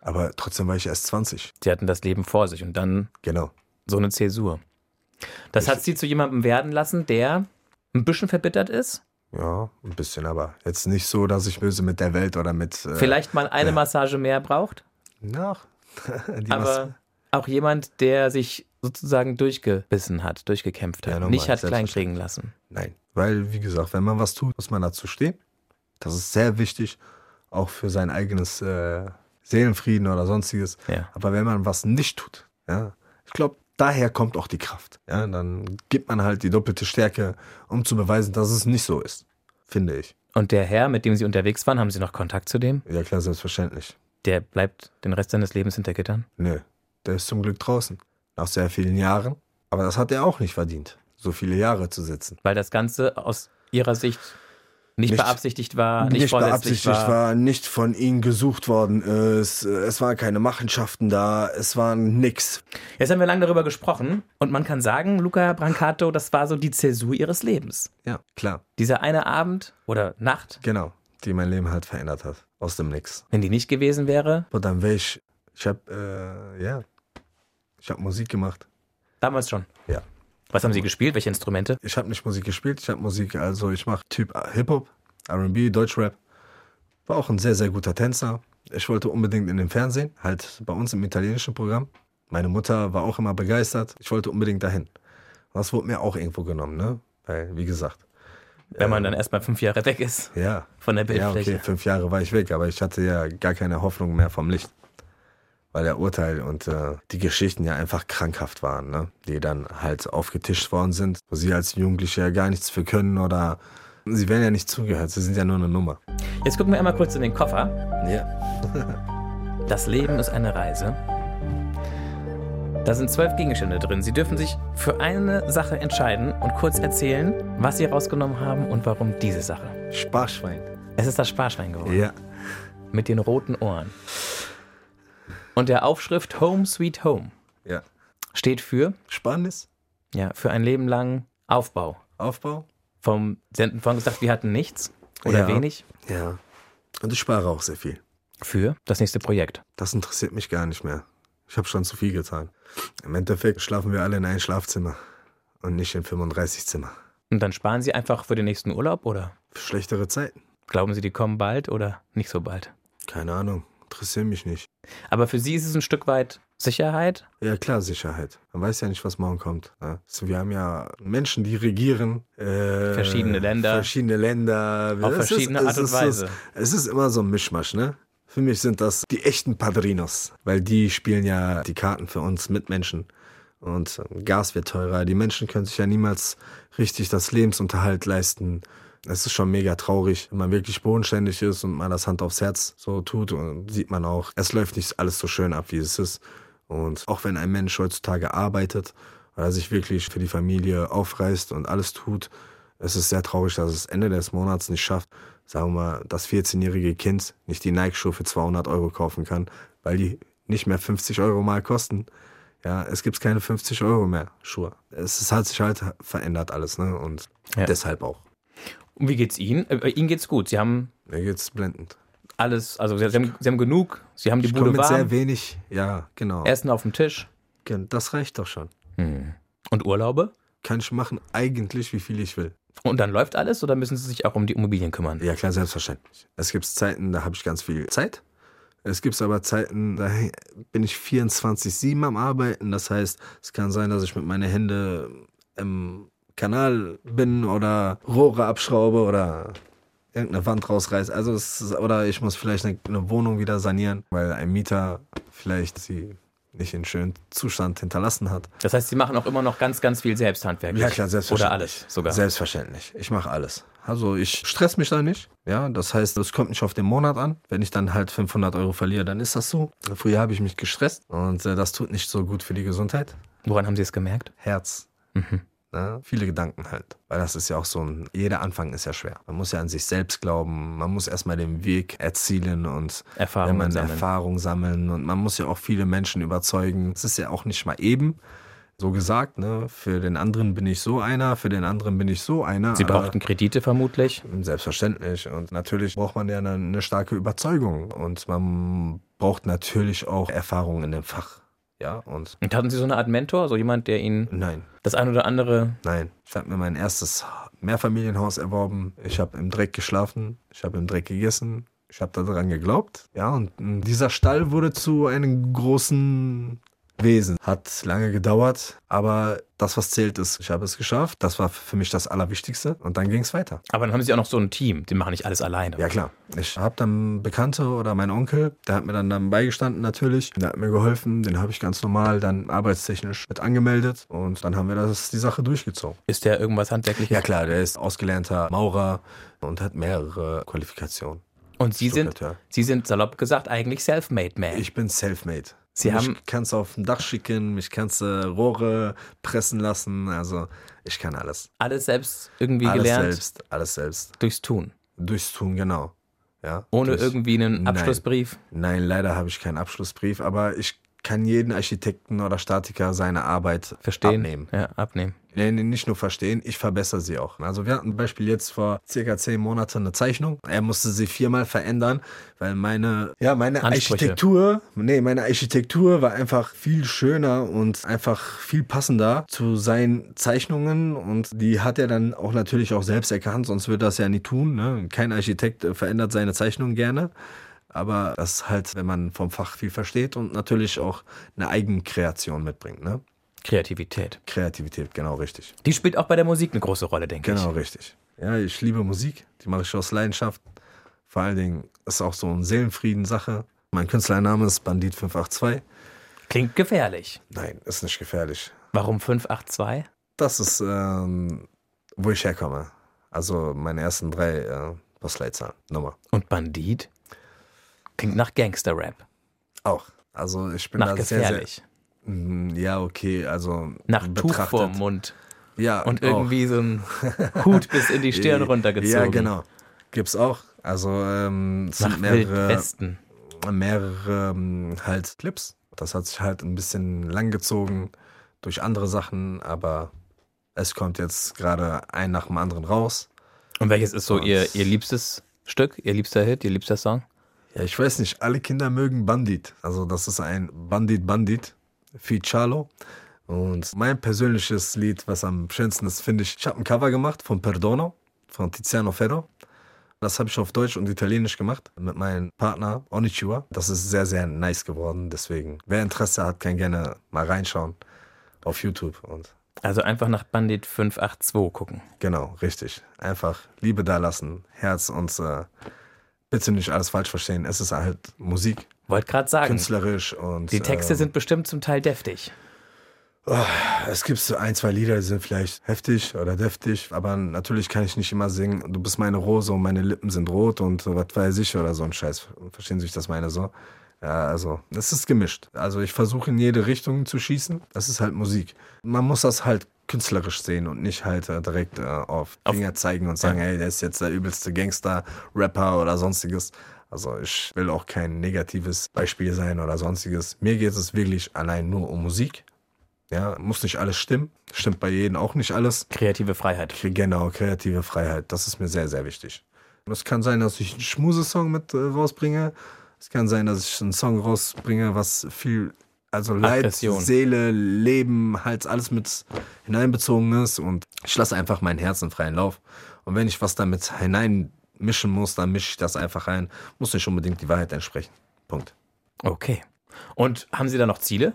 Aber trotzdem war ich erst 20. Sie hatten das Leben vor sich und dann Genau. so eine Zäsur. Das hat sie zu jemandem werden lassen, der ein bisschen verbittert ist, Ja, ein bisschen, aber jetzt nicht so, dass ich böse mit der Welt oder mit. Äh, vielleicht mal eine Massage mehr braucht. Nach. <laughs> Die Aber Masse- auch jemand, der sich sozusagen durchgebissen hat, durchgekämpft hat, Ja, normal, nicht hat kleinkriegen lassen. Nein, weil, wie gesagt, wenn man was tut, muss man dazu stehen. Das ist sehr wichtig, auch für sein eigenes äh, Seelenfrieden oder sonstiges. Ja. Aber wenn man was nicht tut, ja, ich glaube, daher kommt auch die Kraft. Ja, dann gibt man halt die doppelte Stärke, um zu beweisen, dass es nicht so ist, finde ich. Und der Herr, mit dem Sie unterwegs waren, haben Sie noch Kontakt zu dem? Ja, klar, selbstverständlich. Der bleibt den Rest seines Lebens hinter Gittern? Nö, der ist zum Glück draußen. Nach sehr vielen Jahren. Aber das hat er auch nicht verdient, so viele Jahre zu sitzen. Weil das Ganze aus Ihrer Sicht nicht, Nicht- beabsichtigt war, nicht, nicht vorsätzlich beabsichtigt war. war. nicht von ihnen gesucht worden ist. Es waren keine Machenschaften da, es war nix. Jetzt haben wir lange darüber gesprochen und man kann sagen, Luca Brancato, das war so die Zäsur Ihres Lebens. Ja, klar, Dieser eine Abend oder Nacht, genau, die mein Leben halt verändert hat, aus dem Nix. wenn die nicht gewesen wäre, Und dann wäre ich, ich habe, äh, ja, ich habe Musik gemacht. damals schon. Ja, Was haben Sie gespielt? Welche Instrumente? ich habe nicht Musik gespielt, ich habe Musik, also ich mache Typ Hip-Hop, R&B, Deutschrap. War auch ein sehr, sehr guter Tänzer. Ich wollte unbedingt in den Fernsehen, halt bei uns im italienischen Programm. Meine Mutter war auch immer begeistert. Ich wollte unbedingt dahin. Das wurde mir auch irgendwo genommen, ne? Weil, wie gesagt, Wenn man dann erstmal fünf Jahre weg ist ja. von der Ähm. Ja, Bildfläche. okay, fünf Jahre war ich weg, aber ich hatte ja gar keine Hoffnung mehr vom Licht. Weil der Urteil und äh, die Geschichten ja einfach krankhaft waren, ne? die dann halt aufgetischt worden sind, wo sie als Jugendliche ja gar nichts für können oder sie werden ja nicht zugehört, sie sind ja nur eine Nummer. Jetzt gucken wir einmal kurz in den Koffer. Ja. Das Leben ist eine Reise. Da sind zwölf Gegenstände drin. Sie dürfen sich für eine Sache entscheiden und kurz erzählen, was Sie rausgenommen haben und warum diese Sache. Sparschwein. Es ist das Sparschwein geworden. Ja. Mit den roten Ohren. Und der Aufschrift Home Sweet Home Ja. steht für, Sparnis, ja, für ein Leben lang Aufbau. Aufbau. Vom, Sie hatten vorhin gesagt, wir hatten nichts oder Ja. wenig. Ja. Und ich spare auch sehr viel. Für das nächste Projekt. Das interessiert mich gar nicht mehr. Ich habe schon zu viel getan. Im Endeffekt schlafen wir alle in ein Schlafzimmer und nicht in 35 Zimmer. Und dann sparen Sie einfach für den nächsten Urlaub oder? Für schlechtere Zeiten. Glauben Sie, die kommen bald oder nicht so bald? Keine Ahnung, interessiert mich nicht. Aber für Sie ist es ein Stück weit Sicherheit. Ja klar, Sicherheit. Man weiß ja nicht, was morgen kommt. Ne? So, wir haben ja Menschen, die regieren. äh, Verschiedene Länder. Verschiedene Länder. Auf Es ist- verschiedene es Art und ist- Weise. Es ist immer so ein Mischmasch, ne? Für mich sind das die echten Padrinos, weil die spielen ja die Karten für uns Mitmenschen. Und ähm, Gas wird teurer. Die Menschen können sich ja niemals richtig das Lebensunterhalt leisten. Es ist schon mega traurig, wenn man wirklich bodenständig ist und mal das Hand aufs Herz so tut und sieht man auch, es läuft nicht alles so schön ab, wie es ist. Und auch wenn ein Mensch heutzutage arbeitet oder sich wirklich für die Familie aufreißt und alles tut, es ist sehr traurig, dass es Ende des Monats nicht schafft, sagen wir mal, das 14-jährige Kind nicht die Nike-Schuhe für 200 Euro kaufen kann, weil die nicht mehr 50 Euro mal kosten. Ja, es gibt keine 50 Euro mehr Schuhe. Es, es hat sich halt verändert alles, ne? Und Ja. deshalb auch. Und wie geht's Ihnen? Äh, Ihnen geht's gut. Sie haben Mir geht's blendend. alles, also Sie Sie haben, Sie haben genug. Sie haben die Ich komme Bude mit sehr warm. wenig, ja, genau. Essen auf dem Tisch. hm, Gen- Das reicht doch schon. Und Urlaube. Kann ich machen eigentlich, wie viel ich will. Und dann läuft alles oder müssen Sie sich auch um die Immobilien kümmern? Ja, klar, selbstverständlich. Es gibt Zeiten, da habe ich ganz viel Zeit. Es gibt aber Zeiten, da bin ich 24-7 am Arbeiten. Das heißt, es kann sein, dass ich mit meinen Händen im Kanal bin oder Rohre abschraube oder irgendeine Wand rausreiße. Also es ist, oder ich muss vielleicht eine, eine Wohnung wieder sanieren, weil ein Mieter vielleicht sie nicht in schönen Zustand hinterlassen hat. Das heißt, Sie machen auch immer noch ganz, ganz viel selbst handwerklich. Ja, klar, selbstverständlich. Oder alles sogar. Selbstverständlich. Ich mache alles. Also ich stress mich da nicht. Ja, das heißt, es kommt nicht auf den Monat an. Wenn ich dann halt 500 Euro verliere, dann ist das so. Früher habe ich mich gestresst und äh, das tut nicht so gut für die Gesundheit. Woran haben Sie es gemerkt? Herz. Mhm. Ne? Viele Gedanken halt. Weil das ist ja auch so ein, jeder Anfang ist ja schwer. Man muss ja an sich selbst glauben, man muss erstmal den Weg erzielen und Erfahrungen wenn man sammeln. Erfahrung sammeln und man muss ja auch viele Menschen überzeugen. Es ist ja auch nicht mal eben so gesagt, ne? Für den anderen bin ich so einer, für den anderen bin ich so einer. Sie aber- brauchten Kredite vermutlich. Selbstverständlich. Und natürlich braucht man ja eine, eine starke Überzeugung. Und man braucht natürlich auch Erfahrung in dem Fach. Ja, und Und hatten Sie so eine Art Mentor, so jemand, der Ihnen nein, das ein oder andere Nein, ich habe mir mein erstes Mehrfamilienhaus erworben. Ich habe im Dreck geschlafen, ich habe im Dreck gegessen, ich habe daran geglaubt. Ja, und mm, dieser Stall wurde zu einem großen Wesen. Hat lange gedauert, aber das, was zählt, ist, ich habe es geschafft. Das war für mich das Allerwichtigste. Und dann ging es weiter. Aber dann haben sie auch noch so ein Team, die machen nicht alles alleine. Ja klar, ich habe dann Bekannte oder meinen Onkel, der hat mir dann, dann beigestanden natürlich, der hat mir geholfen, den habe ich ganz normal dann arbeitstechnisch mit angemeldet und dann haben wir das, die Sache durchgezogen. Ist der irgendwas handwerkliches? Ja klar, der ist ausgelernter Maurer und hat mehrere Qualifikationen. Und sie sind, Stuckateur. sie sind salopp gesagt eigentlich self-made man. Ich bin selfmade. Sie mich haben- kannst du auf dem Dach schicken, mich kannst du Rohre pressen lassen, also ich kann alles. alles selbst irgendwie alles gelernt selbst, alles selbst. durchs Tun, Durchs Tun, genau. Ja, ohne durch- irgendwie einen Nein. Abschlussbrief. Nein, leider habe ich keinen Abschlussbrief, aber ich kann jeden Architekten oder Statiker seine Arbeit Verstehen. abnehmen. Ja, abnehmen. Nee, nee, nicht nur verstehen, ich verbessere sie auch. Also wir hatten zum Beispiel jetzt vor circa zehn Monaten eine Zeichnung. Er musste sie viermal verändern, weil meine, ja, meine Ansprüche. Architektur, nee, meine Architektur war einfach viel schöner und einfach viel passender zu seinen Zeichnungen und die hat er dann auch natürlich auch selbst erkannt, sonst würde er das ja nie tun. Ne? Kein Architekt äh, verändert seine Zeichnung gerne. Aber das ist halt, wenn man vom Fach viel versteht und natürlich auch eine Eigenkreation mitbringt, ne? Kreativität. Kreativität, genau richtig. Die spielt auch bei der Musik eine große Rolle, denke Genau, richtig. Ja, ich liebe Musik. Die mache ich aus Leidenschaft. Vor allen Dingen ist auch so ein Seelenfrieden-Sache. Mein Künstlername ist Bandit 582. ich. Klingt gefährlich. Nein, ist nicht gefährlich. Warum 582? Das ist, ähm, wo ich herkomme. Also meine ersten drei äh, Postleitzahlen. Nummer. Und Bandit? Klingt nach Gangster-Rap. Auch. Also ich bin Nach da sehr, sehr, gefährlich. Mm, Ja, okay. Also nach Tuch betrachtet. vorm Mund. Ja, Und auch. irgendwie so <laughs> ein Hut bis in die Stirn runtergezogen. Ja, genau. Gibt's auch. Also ähm, es Nach sind mehrere Wildwesten. mehrere ähm, halt Clips. Das hat sich halt ein bisschen langgezogen durch andere Sachen, aber es kommt jetzt gerade ein nach dem anderen raus. Und welches ist so Und- ihr, ihr liebstes Stück, ihr liebster Hit, ihr liebster Song? Ja, ich weiß nicht, alle Kinder mögen Bandit. Also das ist ein Bandit Bandit, Fichalo. Und mein persönliches Lied, was am schönsten ist, finde ich, ich habe ein Cover gemacht von Perdono, von Tiziano Ferro. Das habe ich auf Deutsch und Italienisch gemacht mit meinem Partner Onichiwa. Das ist sehr, sehr nice geworden. Deswegen, wer Interesse hat, kann gerne mal reinschauen auf YouTube. Und Also einfach nach Bandit 582 gucken. genau, richtig. Einfach Liebe da lassen, Herz und äh, bitte nicht alles falsch verstehen. Es ist halt Musik, Wollte gerade sagen, künstlerisch und die Texte ähm, sind bestimmt zum Teil deftig. Es gibt so ein, zwei Lieder, die sind vielleicht heftig oder deftig, aber natürlich kann ich nicht immer singen, du bist meine Rose und meine Lippen sind rot und was weiß ich oder so ein Scheiß. Verstehen Sie, wie ich das meine so? Ja, also, es ist gemischt. Also, ich versuche in jede Richtung zu schießen. Das ist halt Musik. Man muss das halt künstlerisch sehen und nicht halt äh, direkt äh, auf Finger zeigen und sagen, hey, der ist jetzt der übelste Gangster, Rapper oder sonstiges. Also, ich will auch kein negatives Beispiel sein oder sonstiges. Mir geht es wirklich allein nur um Musik. Ja, muss nicht alles stimmen. Stimmt bei jedem auch nicht alles. Kreative Freiheit. Genau, kreative Freiheit. Das ist mir sehr, sehr wichtig. Und es kann sein, dass ich einen Schmusesong mit äh, rausbringe. Es kann sein, dass ich einen Song rausbringe, was viel, also Leid, Aggression. Seele, Leben, Hals, alles mit hineinbezogen ist. Und ich lasse einfach mein Herz in freien Lauf. Und wenn ich was damit hineinmischen muss, dann mische ich das einfach ein. Muss nicht unbedingt die Wahrheit entsprechen. Punkt. Okay. Und haben Sie da noch Ziele?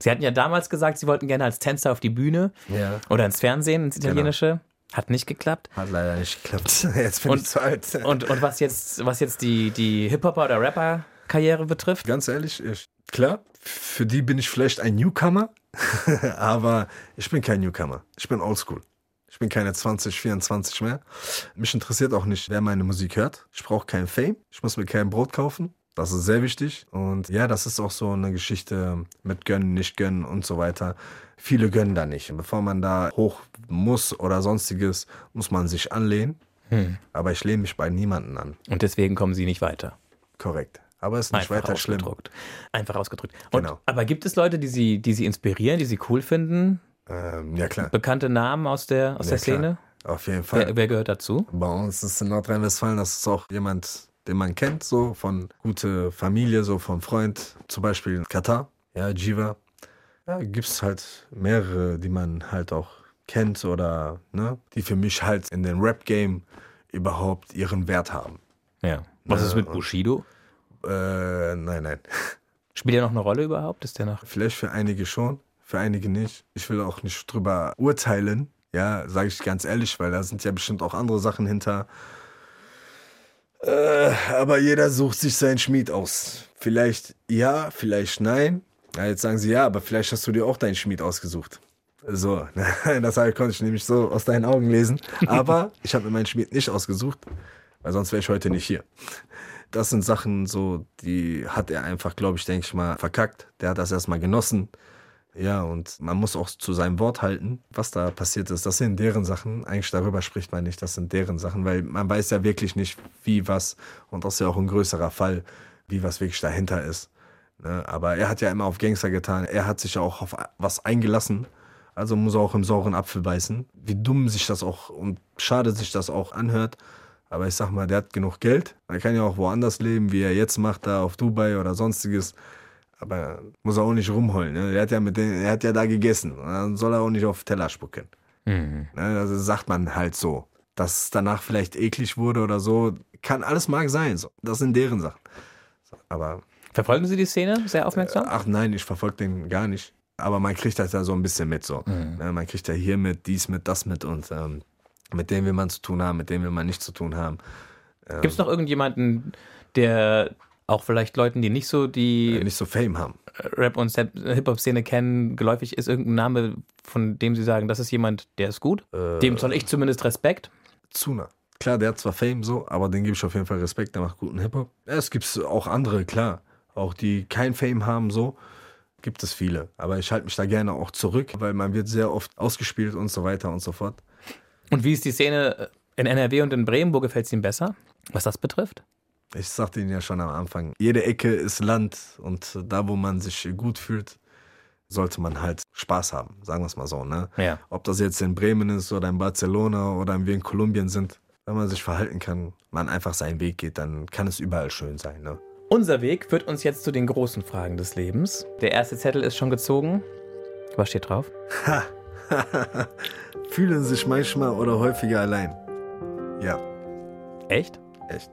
Sie hatten ja damals gesagt, Sie wollten gerne als Tänzer auf die Bühne Ja. oder ins Fernsehen, ins Italienische. Hat nicht geklappt. Hat leider nicht geklappt. <laughs> Jetzt bin Und- ich zu alt. Und, und was jetzt, was jetzt die, die Hip-Hopper- oder Rapper-Karriere betrifft? Ganz ehrlich, ich, klar, für die bin ich vielleicht ein Newcomer, <laughs> aber ich bin kein Newcomer. Ich bin oldschool. Ich bin keine 20, 24 mehr. Mich interessiert auch nicht, wer meine Musik hört. Ich brauche kein Fame. Ich muss mir kein Brot kaufen. Das ist sehr wichtig. Und ja, das ist auch so eine Geschichte mit gönnen, nicht gönnen und so weiter. Viele gönnen da nicht. Und bevor man da hoch muss oder sonstiges, muss man sich anlehnen. Aber ich lehne mich bei niemanden an. Und deswegen kommen Sie nicht weiter. Korrekt. Aber es ist nicht weiter schlimm. ausgedrückt. Einfach ausgedrückt. Und, Genau. Aber gibt es Leute, die Sie, die Sie inspirieren, die Sie cool finden? Ähm, ja, klar. Bekannte Namen aus der, aus Ja, der klar. Szene? Auf jeden Fall. Wer, wer gehört dazu? Bei uns ist in Nordrhein-Westfalen, das ist auch jemand, den man kennt, so von gute Familie, so vom Freund, zum Beispiel in Katar, ja, Jiva. Ja, gibt es halt mehrere, die man halt auch kennt oder, ne, die für mich halt in dem Rap-Game überhaupt ihren Wert haben. Ja. Was ist mit Bushido? Äh, nein, nein. Spielt der noch eine Rolle überhaupt? Ist der noch? Vielleicht für einige schon, für einige nicht. Ich will auch nicht drüber urteilen, ja, sage ich ganz ehrlich, weil da sind ja bestimmt auch andere Sachen hinter. Äh, aber jeder sucht sich seinen Schmied aus. Vielleicht ja, vielleicht nein. Ja, jetzt sagen sie ja, aber vielleicht hast du dir auch deinen Schmied ausgesucht. So, <laughs> das konnte ich nämlich so aus deinen Augen lesen. Aber ich habe mir meinen Schmied nicht ausgesucht, weil sonst wäre ich heute nicht hier. Das sind Sachen so, die hat er einfach, glaube ich, denke ich mal, verkackt. Der hat das erstmal genossen. Ja, und man muss auch zu seinem Wort halten, was da passiert ist. Das sind deren Sachen. Eigentlich darüber spricht man nicht, das sind deren Sachen, weil man weiß ja wirklich nicht, wie was, und das ist ja auch ein größerer Fall, wie was wirklich dahinter ist. Ne? Aber er hat ja immer auf Gangster getan. Er hat sich ja auch auf was eingelassen. Also muss er auch im sauren Apfel beißen. Wie dumm sich das auch und schade sich das auch anhört. Aber ich sag mal, der hat genug Geld. Er kann ja auch woanders leben, wie er jetzt macht, da auf Dubai oder sonstiges. Aber muss er auch nicht rumheulen. Ne? Er, hat ja mit den, er hat ja da gegessen. Dann soll er auch nicht auf Teller spucken. Mhm. Ne? Das sagt man halt so. Dass es danach vielleicht eklig wurde oder so, kann alles mag sein. So. Das sind deren Sachen. So, aber Verfolgen Sie die Szene sehr aufmerksam? Ach nein, ich verfolge den gar nicht. Aber man kriegt das ja so ein bisschen mit. So. Ne, Man kriegt ja hier mit, dies mit, das mit und ähm, mit dem will man zu tun haben, mit dem will man nicht zu tun haben. ähm. Gibt es noch irgendjemanden, der auch vielleicht Leuten, die nicht so die Äh, Nicht so Fame haben. Rap- und Step- Hip-Hop-Szene kennen, geläufig ist irgendein Name, von dem sie sagen, das ist jemand, der ist gut. Äh. Dem zoll ich zumindest Respekt. Zuna. Klar, der hat zwar Fame so, aber den gebe ich auf jeden Fall Respekt, der macht guten Hip-Hop. Ja, Es gibt auch andere, klar. Auch die kein Fame haben so, gibt es viele. Aber ich halte mich da gerne auch zurück, weil man wird sehr oft ausgespielt und so weiter und so fort. Und wie ist die Szene äh, in NRW und in Bremen? Wo gefällt es ihm besser, was das betrifft? Ich sagte Ihnen ja schon am Anfang, jede Ecke ist Land und da, wo man sich gut fühlt, sollte man halt Spaß haben, sagen wir es mal so. Ne? Ja. Ob das jetzt in Bremen ist oder in Barcelona oder wir in Kolumbien sind, wenn man sich verhalten kann, man einfach seinen Weg geht, dann kann es überall schön sein. Ne? Unser Weg führt uns jetzt zu den großen Fragen des Lebens. Der erste Zettel ist schon gezogen. Was steht drauf? Fühlen sich manchmal oder häufiger allein. Ja, Echt? echt.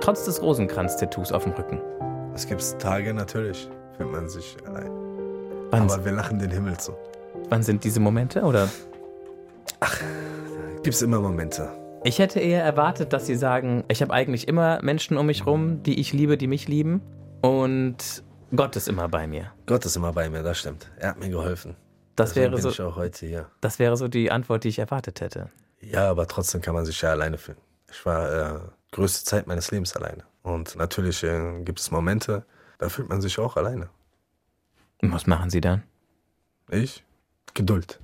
Trotz des Rosenkranz-Tattoos auf dem Rücken. Es gibt Tage natürlich, fühlt man sich allein. Wann, Aber wir lachen den Himmel zu. wann sind diese Momente? Oder Gibt es immer Momente. ich hätte eher erwartet, dass sie sagen, ich habe eigentlich immer Menschen um mich rum, die ich liebe, die mich lieben. Und Gott ist immer bei mir. Gott ist immer bei mir, das stimmt. Er hat mir geholfen. Das Deswegen wäre, bin so, ich auch heute hier. das wäre so die Antwort, die ich erwartet hätte. Ja, aber trotzdem kann man sich ja alleine fühlen. Ich war äh, größte Zeit meines Lebens alleine. Und natürlich äh, gibt es Momente, da fühlt man sich auch alleine. Und was machen sie dann? Ich? Geduld.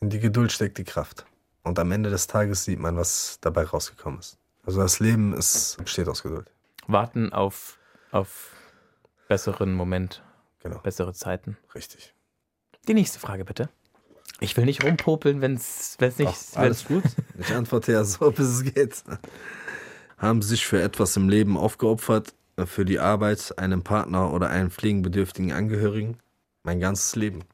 In die Geduld steckt die Kraft. Und am Ende des Tages sieht man, was dabei rausgekommen ist. Also das Leben ist, besteht aus Geduld. Warten auf, auf besseren Moment, Genau, bessere Zeiten. richtig. Die nächste Frage bitte. Ich will nicht rumpopeln, wenn es nicht. Ach, alles gut. <laughs> Ich antworte ja so, bis es geht. Haben sich für etwas im Leben aufgeopfert, für die Arbeit, einen Partner oder einen pflegenbedürftigen Angehörigen? Mein ganzes Leben.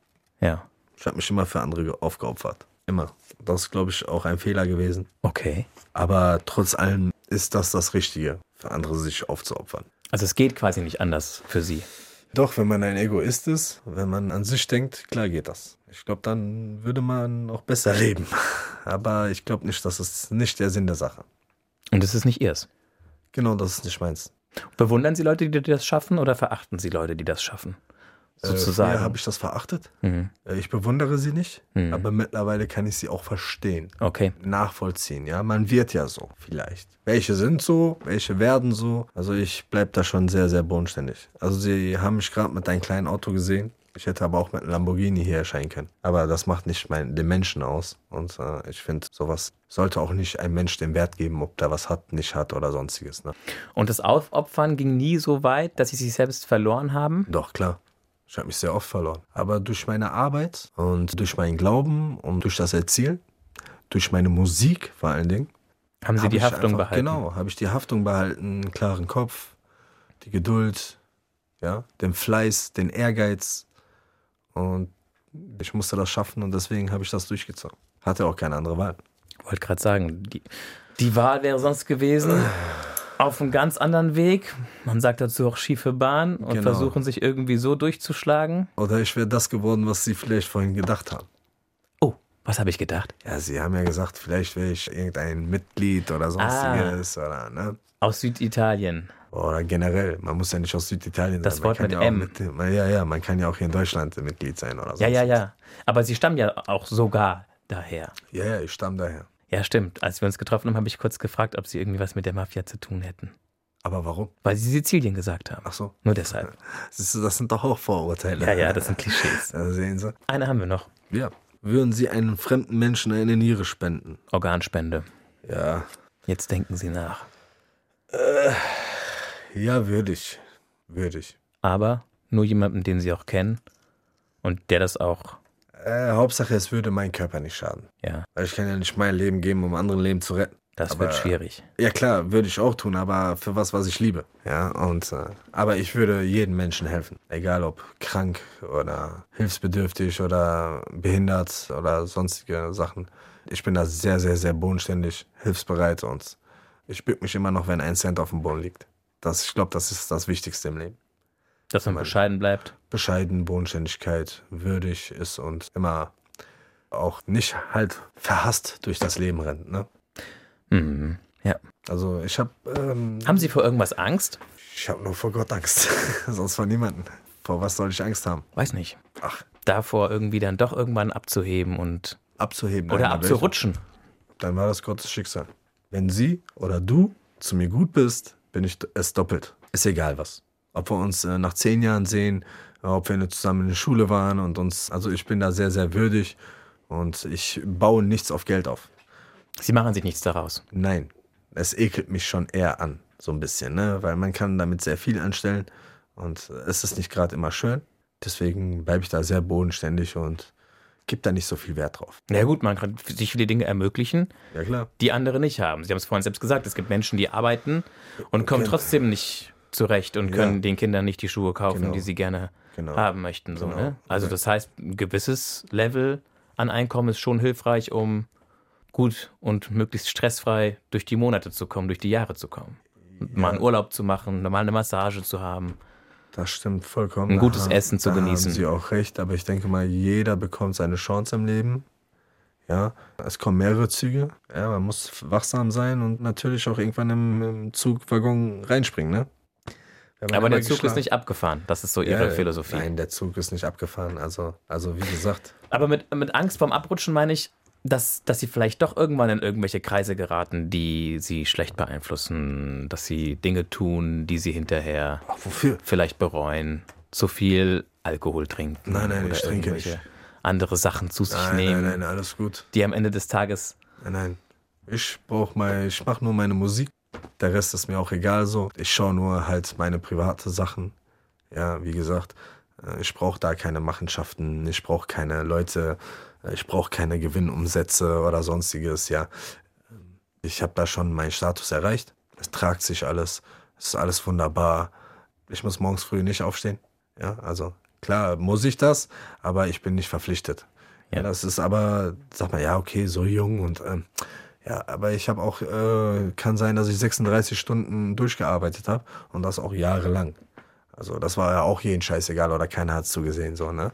Ja. Ich habe mich immer für andere ge- aufgeopfert. Immer. Das ist, glaube ich, auch ein Fehler gewesen. Okay. Aber trotz allem ist das das Richtige, für andere sich aufzuopfern. Also es geht quasi nicht anders für sie. Doch, wenn man ein Egoist ist, wenn man an sich denkt, klar geht das. Ich glaube, dann würde man auch besser leben. <laughs> Aber ich glaube nicht, das ist nicht der Sinn der Sache. Und es ist nicht ihrs. Genau, das ist nicht meins. Bewundern Sie Leute, die das schaffen, oder verachten Sie Leute, die das schaffen? Äh, früher Sozusagen. habe ich das verachtet. Mhm. Äh, Ich bewundere sie nicht, Mhm. aber mittlerweile kann ich sie auch verstehen, Okay. nachvollziehen. Ja, man wird ja so vielleicht. Welche sind so, welche werden so. Also ich bleib da schon sehr, sehr bodenständig. Also sie haben mich gerade mit einem kleinen Auto gesehen. Ich hätte aber auch mit einem Lamborghini hier erscheinen können. Aber das macht nicht mein, den Menschen aus. Und äh, ich finde, sowas sollte auch nicht ein Mensch den Wert geben, ob der was hat, nicht hat oder sonstiges. Ne? Und das Aufopfern ging nie so weit, dass Sie sich selbst verloren haben? Doch, klar. Ich habe mich sehr oft verloren. Aber durch meine Arbeit und durch meinen Glauben und durch das Erzählen, durch meine Musik vor allen Dingen. Haben Sie hab die ich Haftung einfach, behalten? Genau, habe ich die Haftung behalten, einen klaren Kopf, die Geduld, ja, den Fleiß, den Ehrgeiz. Und ich musste das schaffen und deswegen habe ich das durchgezogen. Hatte auch keine andere Wahl. Ich wollte gerade sagen, die, die Wahl wäre sonst gewesen. auf einem ganz anderen Weg. Man sagt dazu auch schiefe Bahn und Genau. versuchen sich irgendwie so durchzuschlagen. Oder ich wäre das geworden, was Sie vielleicht vorhin gedacht haben. Oh, was habe ich gedacht? Ja, Sie haben ja gesagt, vielleicht wäre ich irgendein Mitglied oder sonstiges Ah. oder, ne? Aus Süditalien. Oder generell, man muss ja nicht aus Süditalien Das sein. Wort man kann mit ja M. Auch mit, ja, ja, man kann ja auch hier in Deutschland Mitglied sein oder so. Ja, ja, ja. Aber sie stammen ja auch sogar daher. Ja, ja, ich stamme daher. Ja, stimmt. Als wir uns getroffen haben, habe ich kurz gefragt, ob sie irgendwie was mit der Mafia zu tun hätten. Aber warum? Weil sie Sizilien gesagt haben. Ach so. Nur deshalb. Siehst du, das sind doch auch Vorurteile. Ja, ja, das sind Klischees. Da sehen Sie. Eine haben wir noch. Ja. Würden Sie einem fremden Menschen eine Niere spenden? Organspende. Ja. Jetzt denken Sie nach. Ja, würde ich. Würde ich. Aber nur jemanden, den Sie auch kennen und der das auch, Äh, Hauptsache, es würde meinem Körper nicht schaden. ja, Weil ich kann ja nicht mein Leben geben, um andere Leben zu retten. das Aber- wird schwierig. Ja klar, würde ich auch tun, aber für was, was ich liebe. Ja, und äh, aber ich würde jedem Menschen helfen, egal ob krank oder hilfsbedürftig oder behindert oder sonstige Sachen. Ich bin da sehr, sehr, sehr bodenständig, hilfsbereit und ich bück mich immer noch, wenn ein Cent auf dem Boden liegt. Das, ich glaube, das ist das Wichtigste im Leben. Dass man Mann. bescheiden bleibt. Bescheiden, Bodenständigkeit, würdig ist und immer auch nicht halt verhasst durch das Leben rennt. Ne? Mhm. Ja. Also ich habe ähm, Haben Sie vor irgendwas Angst? Ich habe nur vor Gott Angst. <laughs> Sonst vor niemanden. Vor was soll ich Angst haben? Weiß nicht. Ach, Davor irgendwie dann doch irgendwann abzuheben und abzuheben. oder Nein, aber abzurutschen. Ich, dann war das Gottes Schicksal. Wenn sie oder du zu mir gut bist, bin ich d- es doppelt. Ist egal was. Ob wir uns äh, nach zehn Jahren sehen, äh, ob wir zusammen in der Schule waren und uns. Also ich bin da sehr, sehr würdig und ich baue nichts auf Geld auf. Sie machen sich nichts daraus. Nein, es ekelt mich schon eher an, so ein bisschen, ne? Weil man kann damit sehr viel anstellen und es ist nicht gerade immer schön. Deswegen bleibe ich da sehr bodenständig und gebe da nicht so viel Wert drauf. Na gut, man kann sich viele Dinge ermöglichen, Ja klar. die andere nicht haben. Sie haben es vorhin selbst gesagt, es gibt Menschen, die arbeiten und kommen Genau. trotzdem nicht zurecht und können Ja. den Kindern nicht die Schuhe kaufen, Genau. die sie gerne Genau. haben möchten. So, Genau. ne? Also Ja. das heißt, ein gewisses Level an Einkommen ist schon hilfreich, um gut und möglichst stressfrei durch die Monate zu kommen, durch die Jahre zu kommen. Mal einen Urlaub zu machen, mal eine Massage zu haben. Das stimmt vollkommen. Ein Da gutes haben- Essen zu da genießen. Haben Sie auch recht, aber ich denke mal, jeder bekommt seine Chance im Leben. Ja, es kommen mehrere Züge. Ja, man muss wachsam sein und natürlich auch irgendwann im, im Zugwaggon reinspringen, ne? Wenn man Aber der Zug einmal ist geschlagen- nicht abgefahren. Das ist so Ja, ihre Philosophie. Nein, der Zug ist nicht abgefahren. Also, also wie gesagt, Aber mit, mit Angst vorm Abrutschen meine ich, dass, dass sie vielleicht doch irgendwann in irgendwelche Kreise geraten, die sie schlecht beeinflussen, dass sie Dinge tun, die sie hinterher ach, wofür? vielleicht bereuen, zu viel Alkohol trinken. Nein, nein, oder ich trinke irgendwelche nicht. Andere Sachen zu sich Nein, nehmen, nein, nein, alles gut. die am Ende des Tages. Nein, nein. Ich brauche mal, ich mache nur meine Musik. Der Rest ist mir auch egal so. Ich schaue nur halt meine private Sachen. Ja, wie gesagt, äh, ich brauche da keine Machenschaften, ich brauche keine Leute, äh, ich brauche keine Gewinnumsätze oder sonstiges, ja. Ich habe da schon meinen Status erreicht. Es tragt sich alles, es ist alles wunderbar. Ich muss morgens früh nicht aufstehen. Ja, also klar muss ich das, aber ich bin nicht verpflichtet. Ja, Ja. das ist aber, sag mal, ja, okay, so jung und ähm, ja, aber ich habe auch, äh, kann sein, dass ich 36 Stunden durchgearbeitet habe und das auch jahrelang. Also das war ja auch jeden Scheiß egal oder keiner hat's zugesehen, so, ne?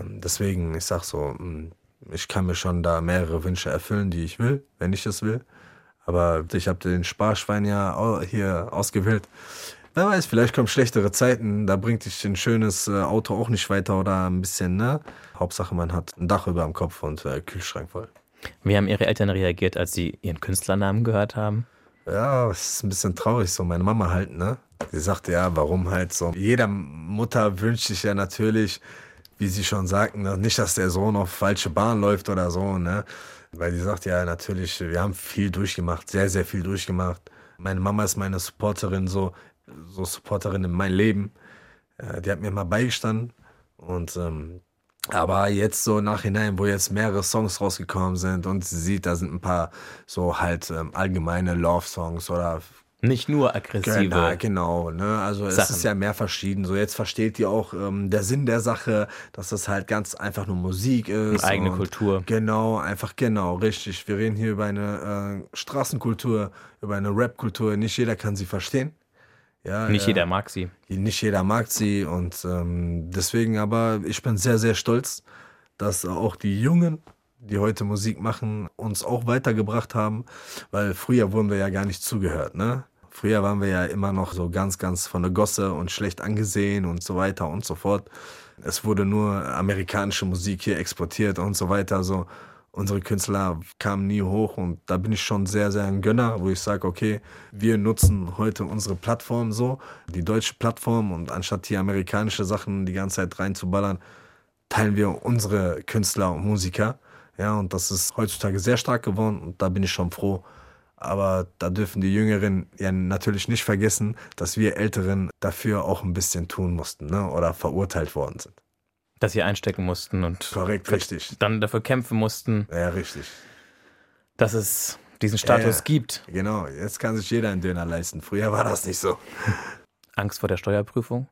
Ähm, deswegen, ich sag so, mh, ich kann mir schon da mehrere Wünsche erfüllen, die ich will, wenn ich es will. Aber ich habe den Sparschwein ja au- hier ausgewählt. Wer weiß, vielleicht kommen schlechtere Zeiten, da bringt dich ein schönes äh, Auto auch nicht weiter oder ein bisschen, ne? Hauptsache, man hat ein Dach über dem Kopf und äh, Kühlschrank voll. Wie haben ihre Eltern reagiert, als sie ihren Künstlernamen gehört haben? Ja, es ist ein bisschen traurig, so meine Mama halt, ne? Sie sagte ja, warum halt so. Jeder Mutter wünscht sich ja natürlich, wie sie schon sagten, ne, nicht, dass der Sohn auf falsche Bahn läuft oder so, ne? Weil die sagt ja natürlich, wir haben viel durchgemacht, sehr, sehr viel durchgemacht. Meine Mama ist meine Supporterin, so, so Supporterin in meinem Leben. Äh, Die hat mir mal beigestanden und ähm, aber jetzt so nachhinein, wo jetzt mehrere Songs rausgekommen sind und sie sieht, da sind ein paar so halt ähm, allgemeine Love-Songs oder Nicht nur aggressive. Genau, genau. Ne? Also es Sachen. ist ja mehr verschieden. So jetzt versteht ihr auch ähm, der Sinn der Sache, dass das halt ganz einfach nur Musik ist. Eigene und Kultur. Genau, einfach genau, richtig. Wir reden hier über eine äh, Straßenkultur, über eine Rap-Kultur. Nicht jeder kann sie verstehen. Ja, Nicht äh, jeder mag sie. nicht jeder mag sie und ähm, deswegen aber ich bin sehr, sehr stolz, dass auch die Jungen, die heute Musik machen, uns auch weitergebracht haben, weil früher wurden wir ja gar nicht zugehört, ne? Früher waren wir ja immer noch so ganz, ganz von der Gosse und schlecht angesehen und so weiter und so fort. Es wurde nur amerikanische Musik hier exportiert und so weiter. So unsere Künstler kamen nie hoch und da bin ich schon sehr, sehr ein Gönner, wo ich sage, okay, wir nutzen heute unsere Plattform so, die deutsche Plattform und anstatt hier amerikanische Sachen die ganze Zeit reinzuballern, teilen wir unsere Künstler und Musiker. Ja, und das ist heutzutage sehr stark geworden und da bin ich schon froh. Aber da dürfen die Jüngeren ja natürlich nicht vergessen, dass wir Älteren dafür auch ein bisschen tun mussten ne? oder verurteilt worden sind. Dass sie einstecken mussten und Korrekt, richtig. dann dafür kämpfen mussten, Ja, richtig. dass es diesen Status Ja, ja. gibt. Genau, jetzt kann sich jeder einen Döner leisten. Früher war das nicht so. Angst vor der Steuerprüfung,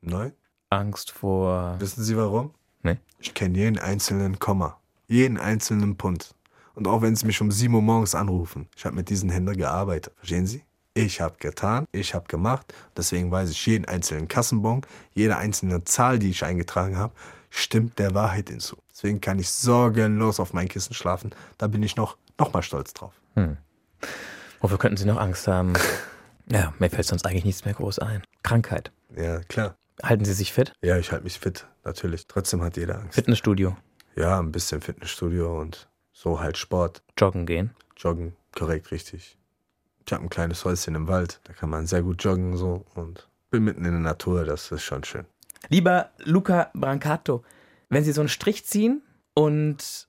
Nein? Angst vor Wissen Sie warum? Nee. Ich kenne jeden einzelnen Komma, jeden einzelnen Pund. Und auch wenn Sie mich um 7 Uhr morgens anrufen, ich habe mit diesen Händen gearbeitet. Verstehen Sie? Ich habe getan, ich habe gemacht. Deswegen weiß ich jeden einzelnen Kassenbon, jede einzelne Zahl, die ich eingetragen habe, stimmt der Wahrheit hinzu. Deswegen kann ich sorgenlos auf mein Kissen schlafen. Da bin ich noch, noch mal stolz drauf. hm. Wofür könnten Sie noch Angst <laughs> haben? Ja, mir fällt sonst eigentlich nichts mehr groß ein. Krankheit. Ja, klar. Halten Sie sich fit? Ja, ich halte mich fit, natürlich. Trotzdem hat jeder Angst. Fitnessstudio, Ja, ein bisschen Fitnessstudio und so halt Sport. joggen gehen. Joggen, korrekt, richtig. Ich habe ein kleines Häuschen im Wald, da kann man sehr gut joggen so und bin mitten in der Natur, das ist schon schön. Lieber Luca Brancato, wenn Sie so einen Strich ziehen und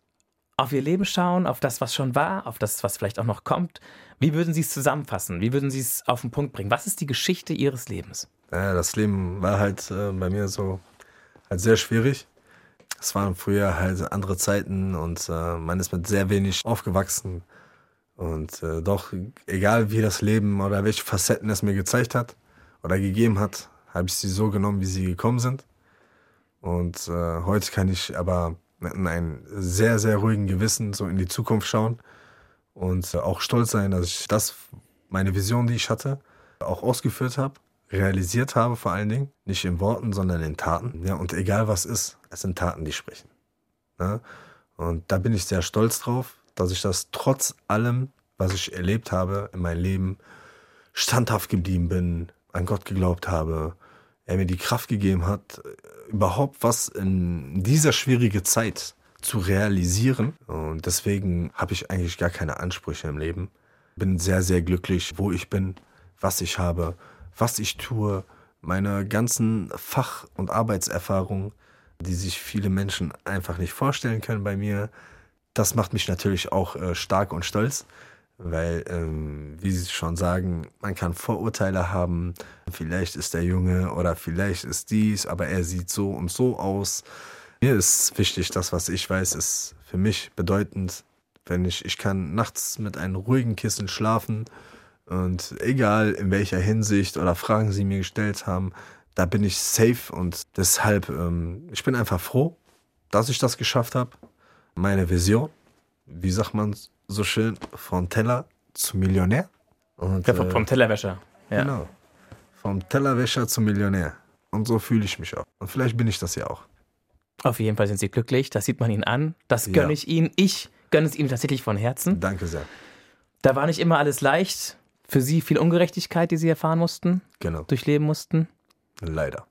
auf Ihr Leben schauen, auf das, was schon war, auf das, was vielleicht auch noch kommt, wie würden Sie es zusammenfassen? Wie würden Sie es auf den Punkt bringen? Was ist die Geschichte Ihres Lebens? Naja, das Leben war halt äh, bei mir so halt sehr schwierig. Es waren früher halt andere Zeiten und äh, man ist mit sehr wenig aufgewachsen. Und äh, doch, egal wie das Leben oder welche Facetten es mir gezeigt hat oder gegeben hat, habe ich sie so genommen, wie sie gekommen sind. Und äh, heute kann ich aber mit einem sehr, sehr ruhigen Gewissen so in die Zukunft schauen und äh, auch stolz sein, dass ich das, meine Vision, die ich hatte, auch ausgeführt habe, realisiert habe vor allen Dingen. Nicht in Worten, sondern in Taten. Ja, und egal was ist, es sind Taten, die sprechen. Ne? Und da bin ich sehr stolz drauf, dass ich das trotz allem, was ich erlebt habe in meinem Leben, standhaft geblieben bin, an Gott geglaubt habe, er mir die Kraft gegeben hat, äh, überhaupt was in dieser schwierigen Zeit zu realisieren. Und deswegen habe ich eigentlich gar keine Ansprüche im Leben. Bin sehr, sehr glücklich, wo ich bin, was ich habe, was ich tue, meine ganzen Fach- und Arbeitserfahrungen, die sich viele Menschen einfach nicht vorstellen können bei mir. Das macht mich natürlich auch äh, stark und stolz, weil, ähm, wie Sie schon sagen, man kann Vorurteile haben. Vielleicht ist der Junge oder vielleicht ist dies, aber er sieht so und so aus. Mir ist wichtig, das, was ich weiß, ist für mich bedeutend. Wenn ich, ich kann nachts mit einem ruhigen Kissen schlafen und egal in welcher Hinsicht oder Fragen sie mir gestellt haben, da bin ich safe und deshalb, ähm, ich bin einfach froh, dass ich das geschafft habe. Meine Vision, wie sagt man so schön, von Teller zum Millionär. Und, Ja, vom, äh, vom Tellerwäscher. Ja. Genau. Vom Tellerwäscher zum Millionär. Und so fühle ich mich auch. Und vielleicht bin ich das ja auch. Auf jeden Fall sind Sie glücklich, das sieht man Ihnen an. Das gönne Ja. ich Ihnen. Ich gönne es Ihnen tatsächlich von Herzen. Danke sehr. Da war nicht immer alles leicht. Für Sie viel Ungerechtigkeit, die Sie erfahren mussten, Genau. durchleben mussten. Leider.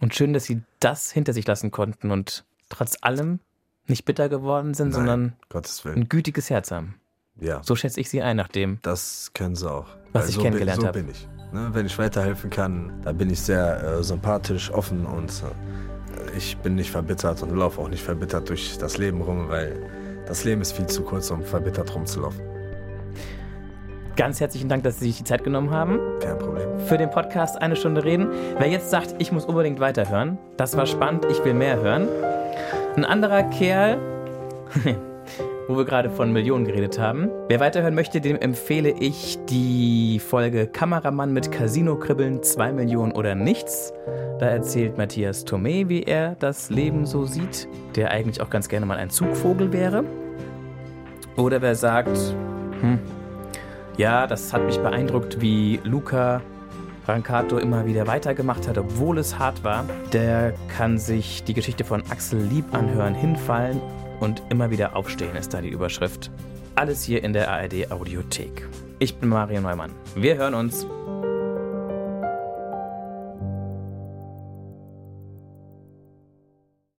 Und schön, dass sie das hinter sich lassen konnten und trotz allem nicht bitter geworden sind, sondern Gottes Willen. ein gütiges Herz haben. Ja. So schätze ich sie ein, nachdem. Das können sie auch. Was Weil ich so kennengelernt bin, habe. So bin ich. Ne, wenn ich weiterhelfen kann, da bin ich sehr äh, sympathisch, offen und äh, ich bin nicht verbittert und laufe auch nicht verbittert durch das Leben rum, weil das Leben ist viel zu kurz, um verbittert rumzulaufen. Ganz herzlichen Dank, dass Sie sich die Zeit genommen haben Kein Problem. für den Podcast Eine Stunde reden. Wer jetzt sagt, ich muss unbedingt weiterhören, das war spannend, ich will mehr hören. Ein anderer Kerl, <laughs> wo wir gerade von Millionen geredet haben. Wer weiterhören möchte, dem empfehle ich die Folge Kameramann mit Casino-Kribbeln 2 Millionen oder nichts. Da erzählt Matthias Thomé, wie er das Leben so sieht, der eigentlich auch ganz gerne mal ein Zugvogel wäre. Oder wer sagt, hm, ja, das hat mich beeindruckt, wie Luca Brancato immer wieder weitergemacht hat, obwohl es hart war, der kann sich die Geschichte von Axel Lieb anhören, hinfallen und immer wieder aufstehen, ist da die Überschrift. Alles hier in der ARD Audiothek. Ich bin Mario Neumann. Wir hören uns.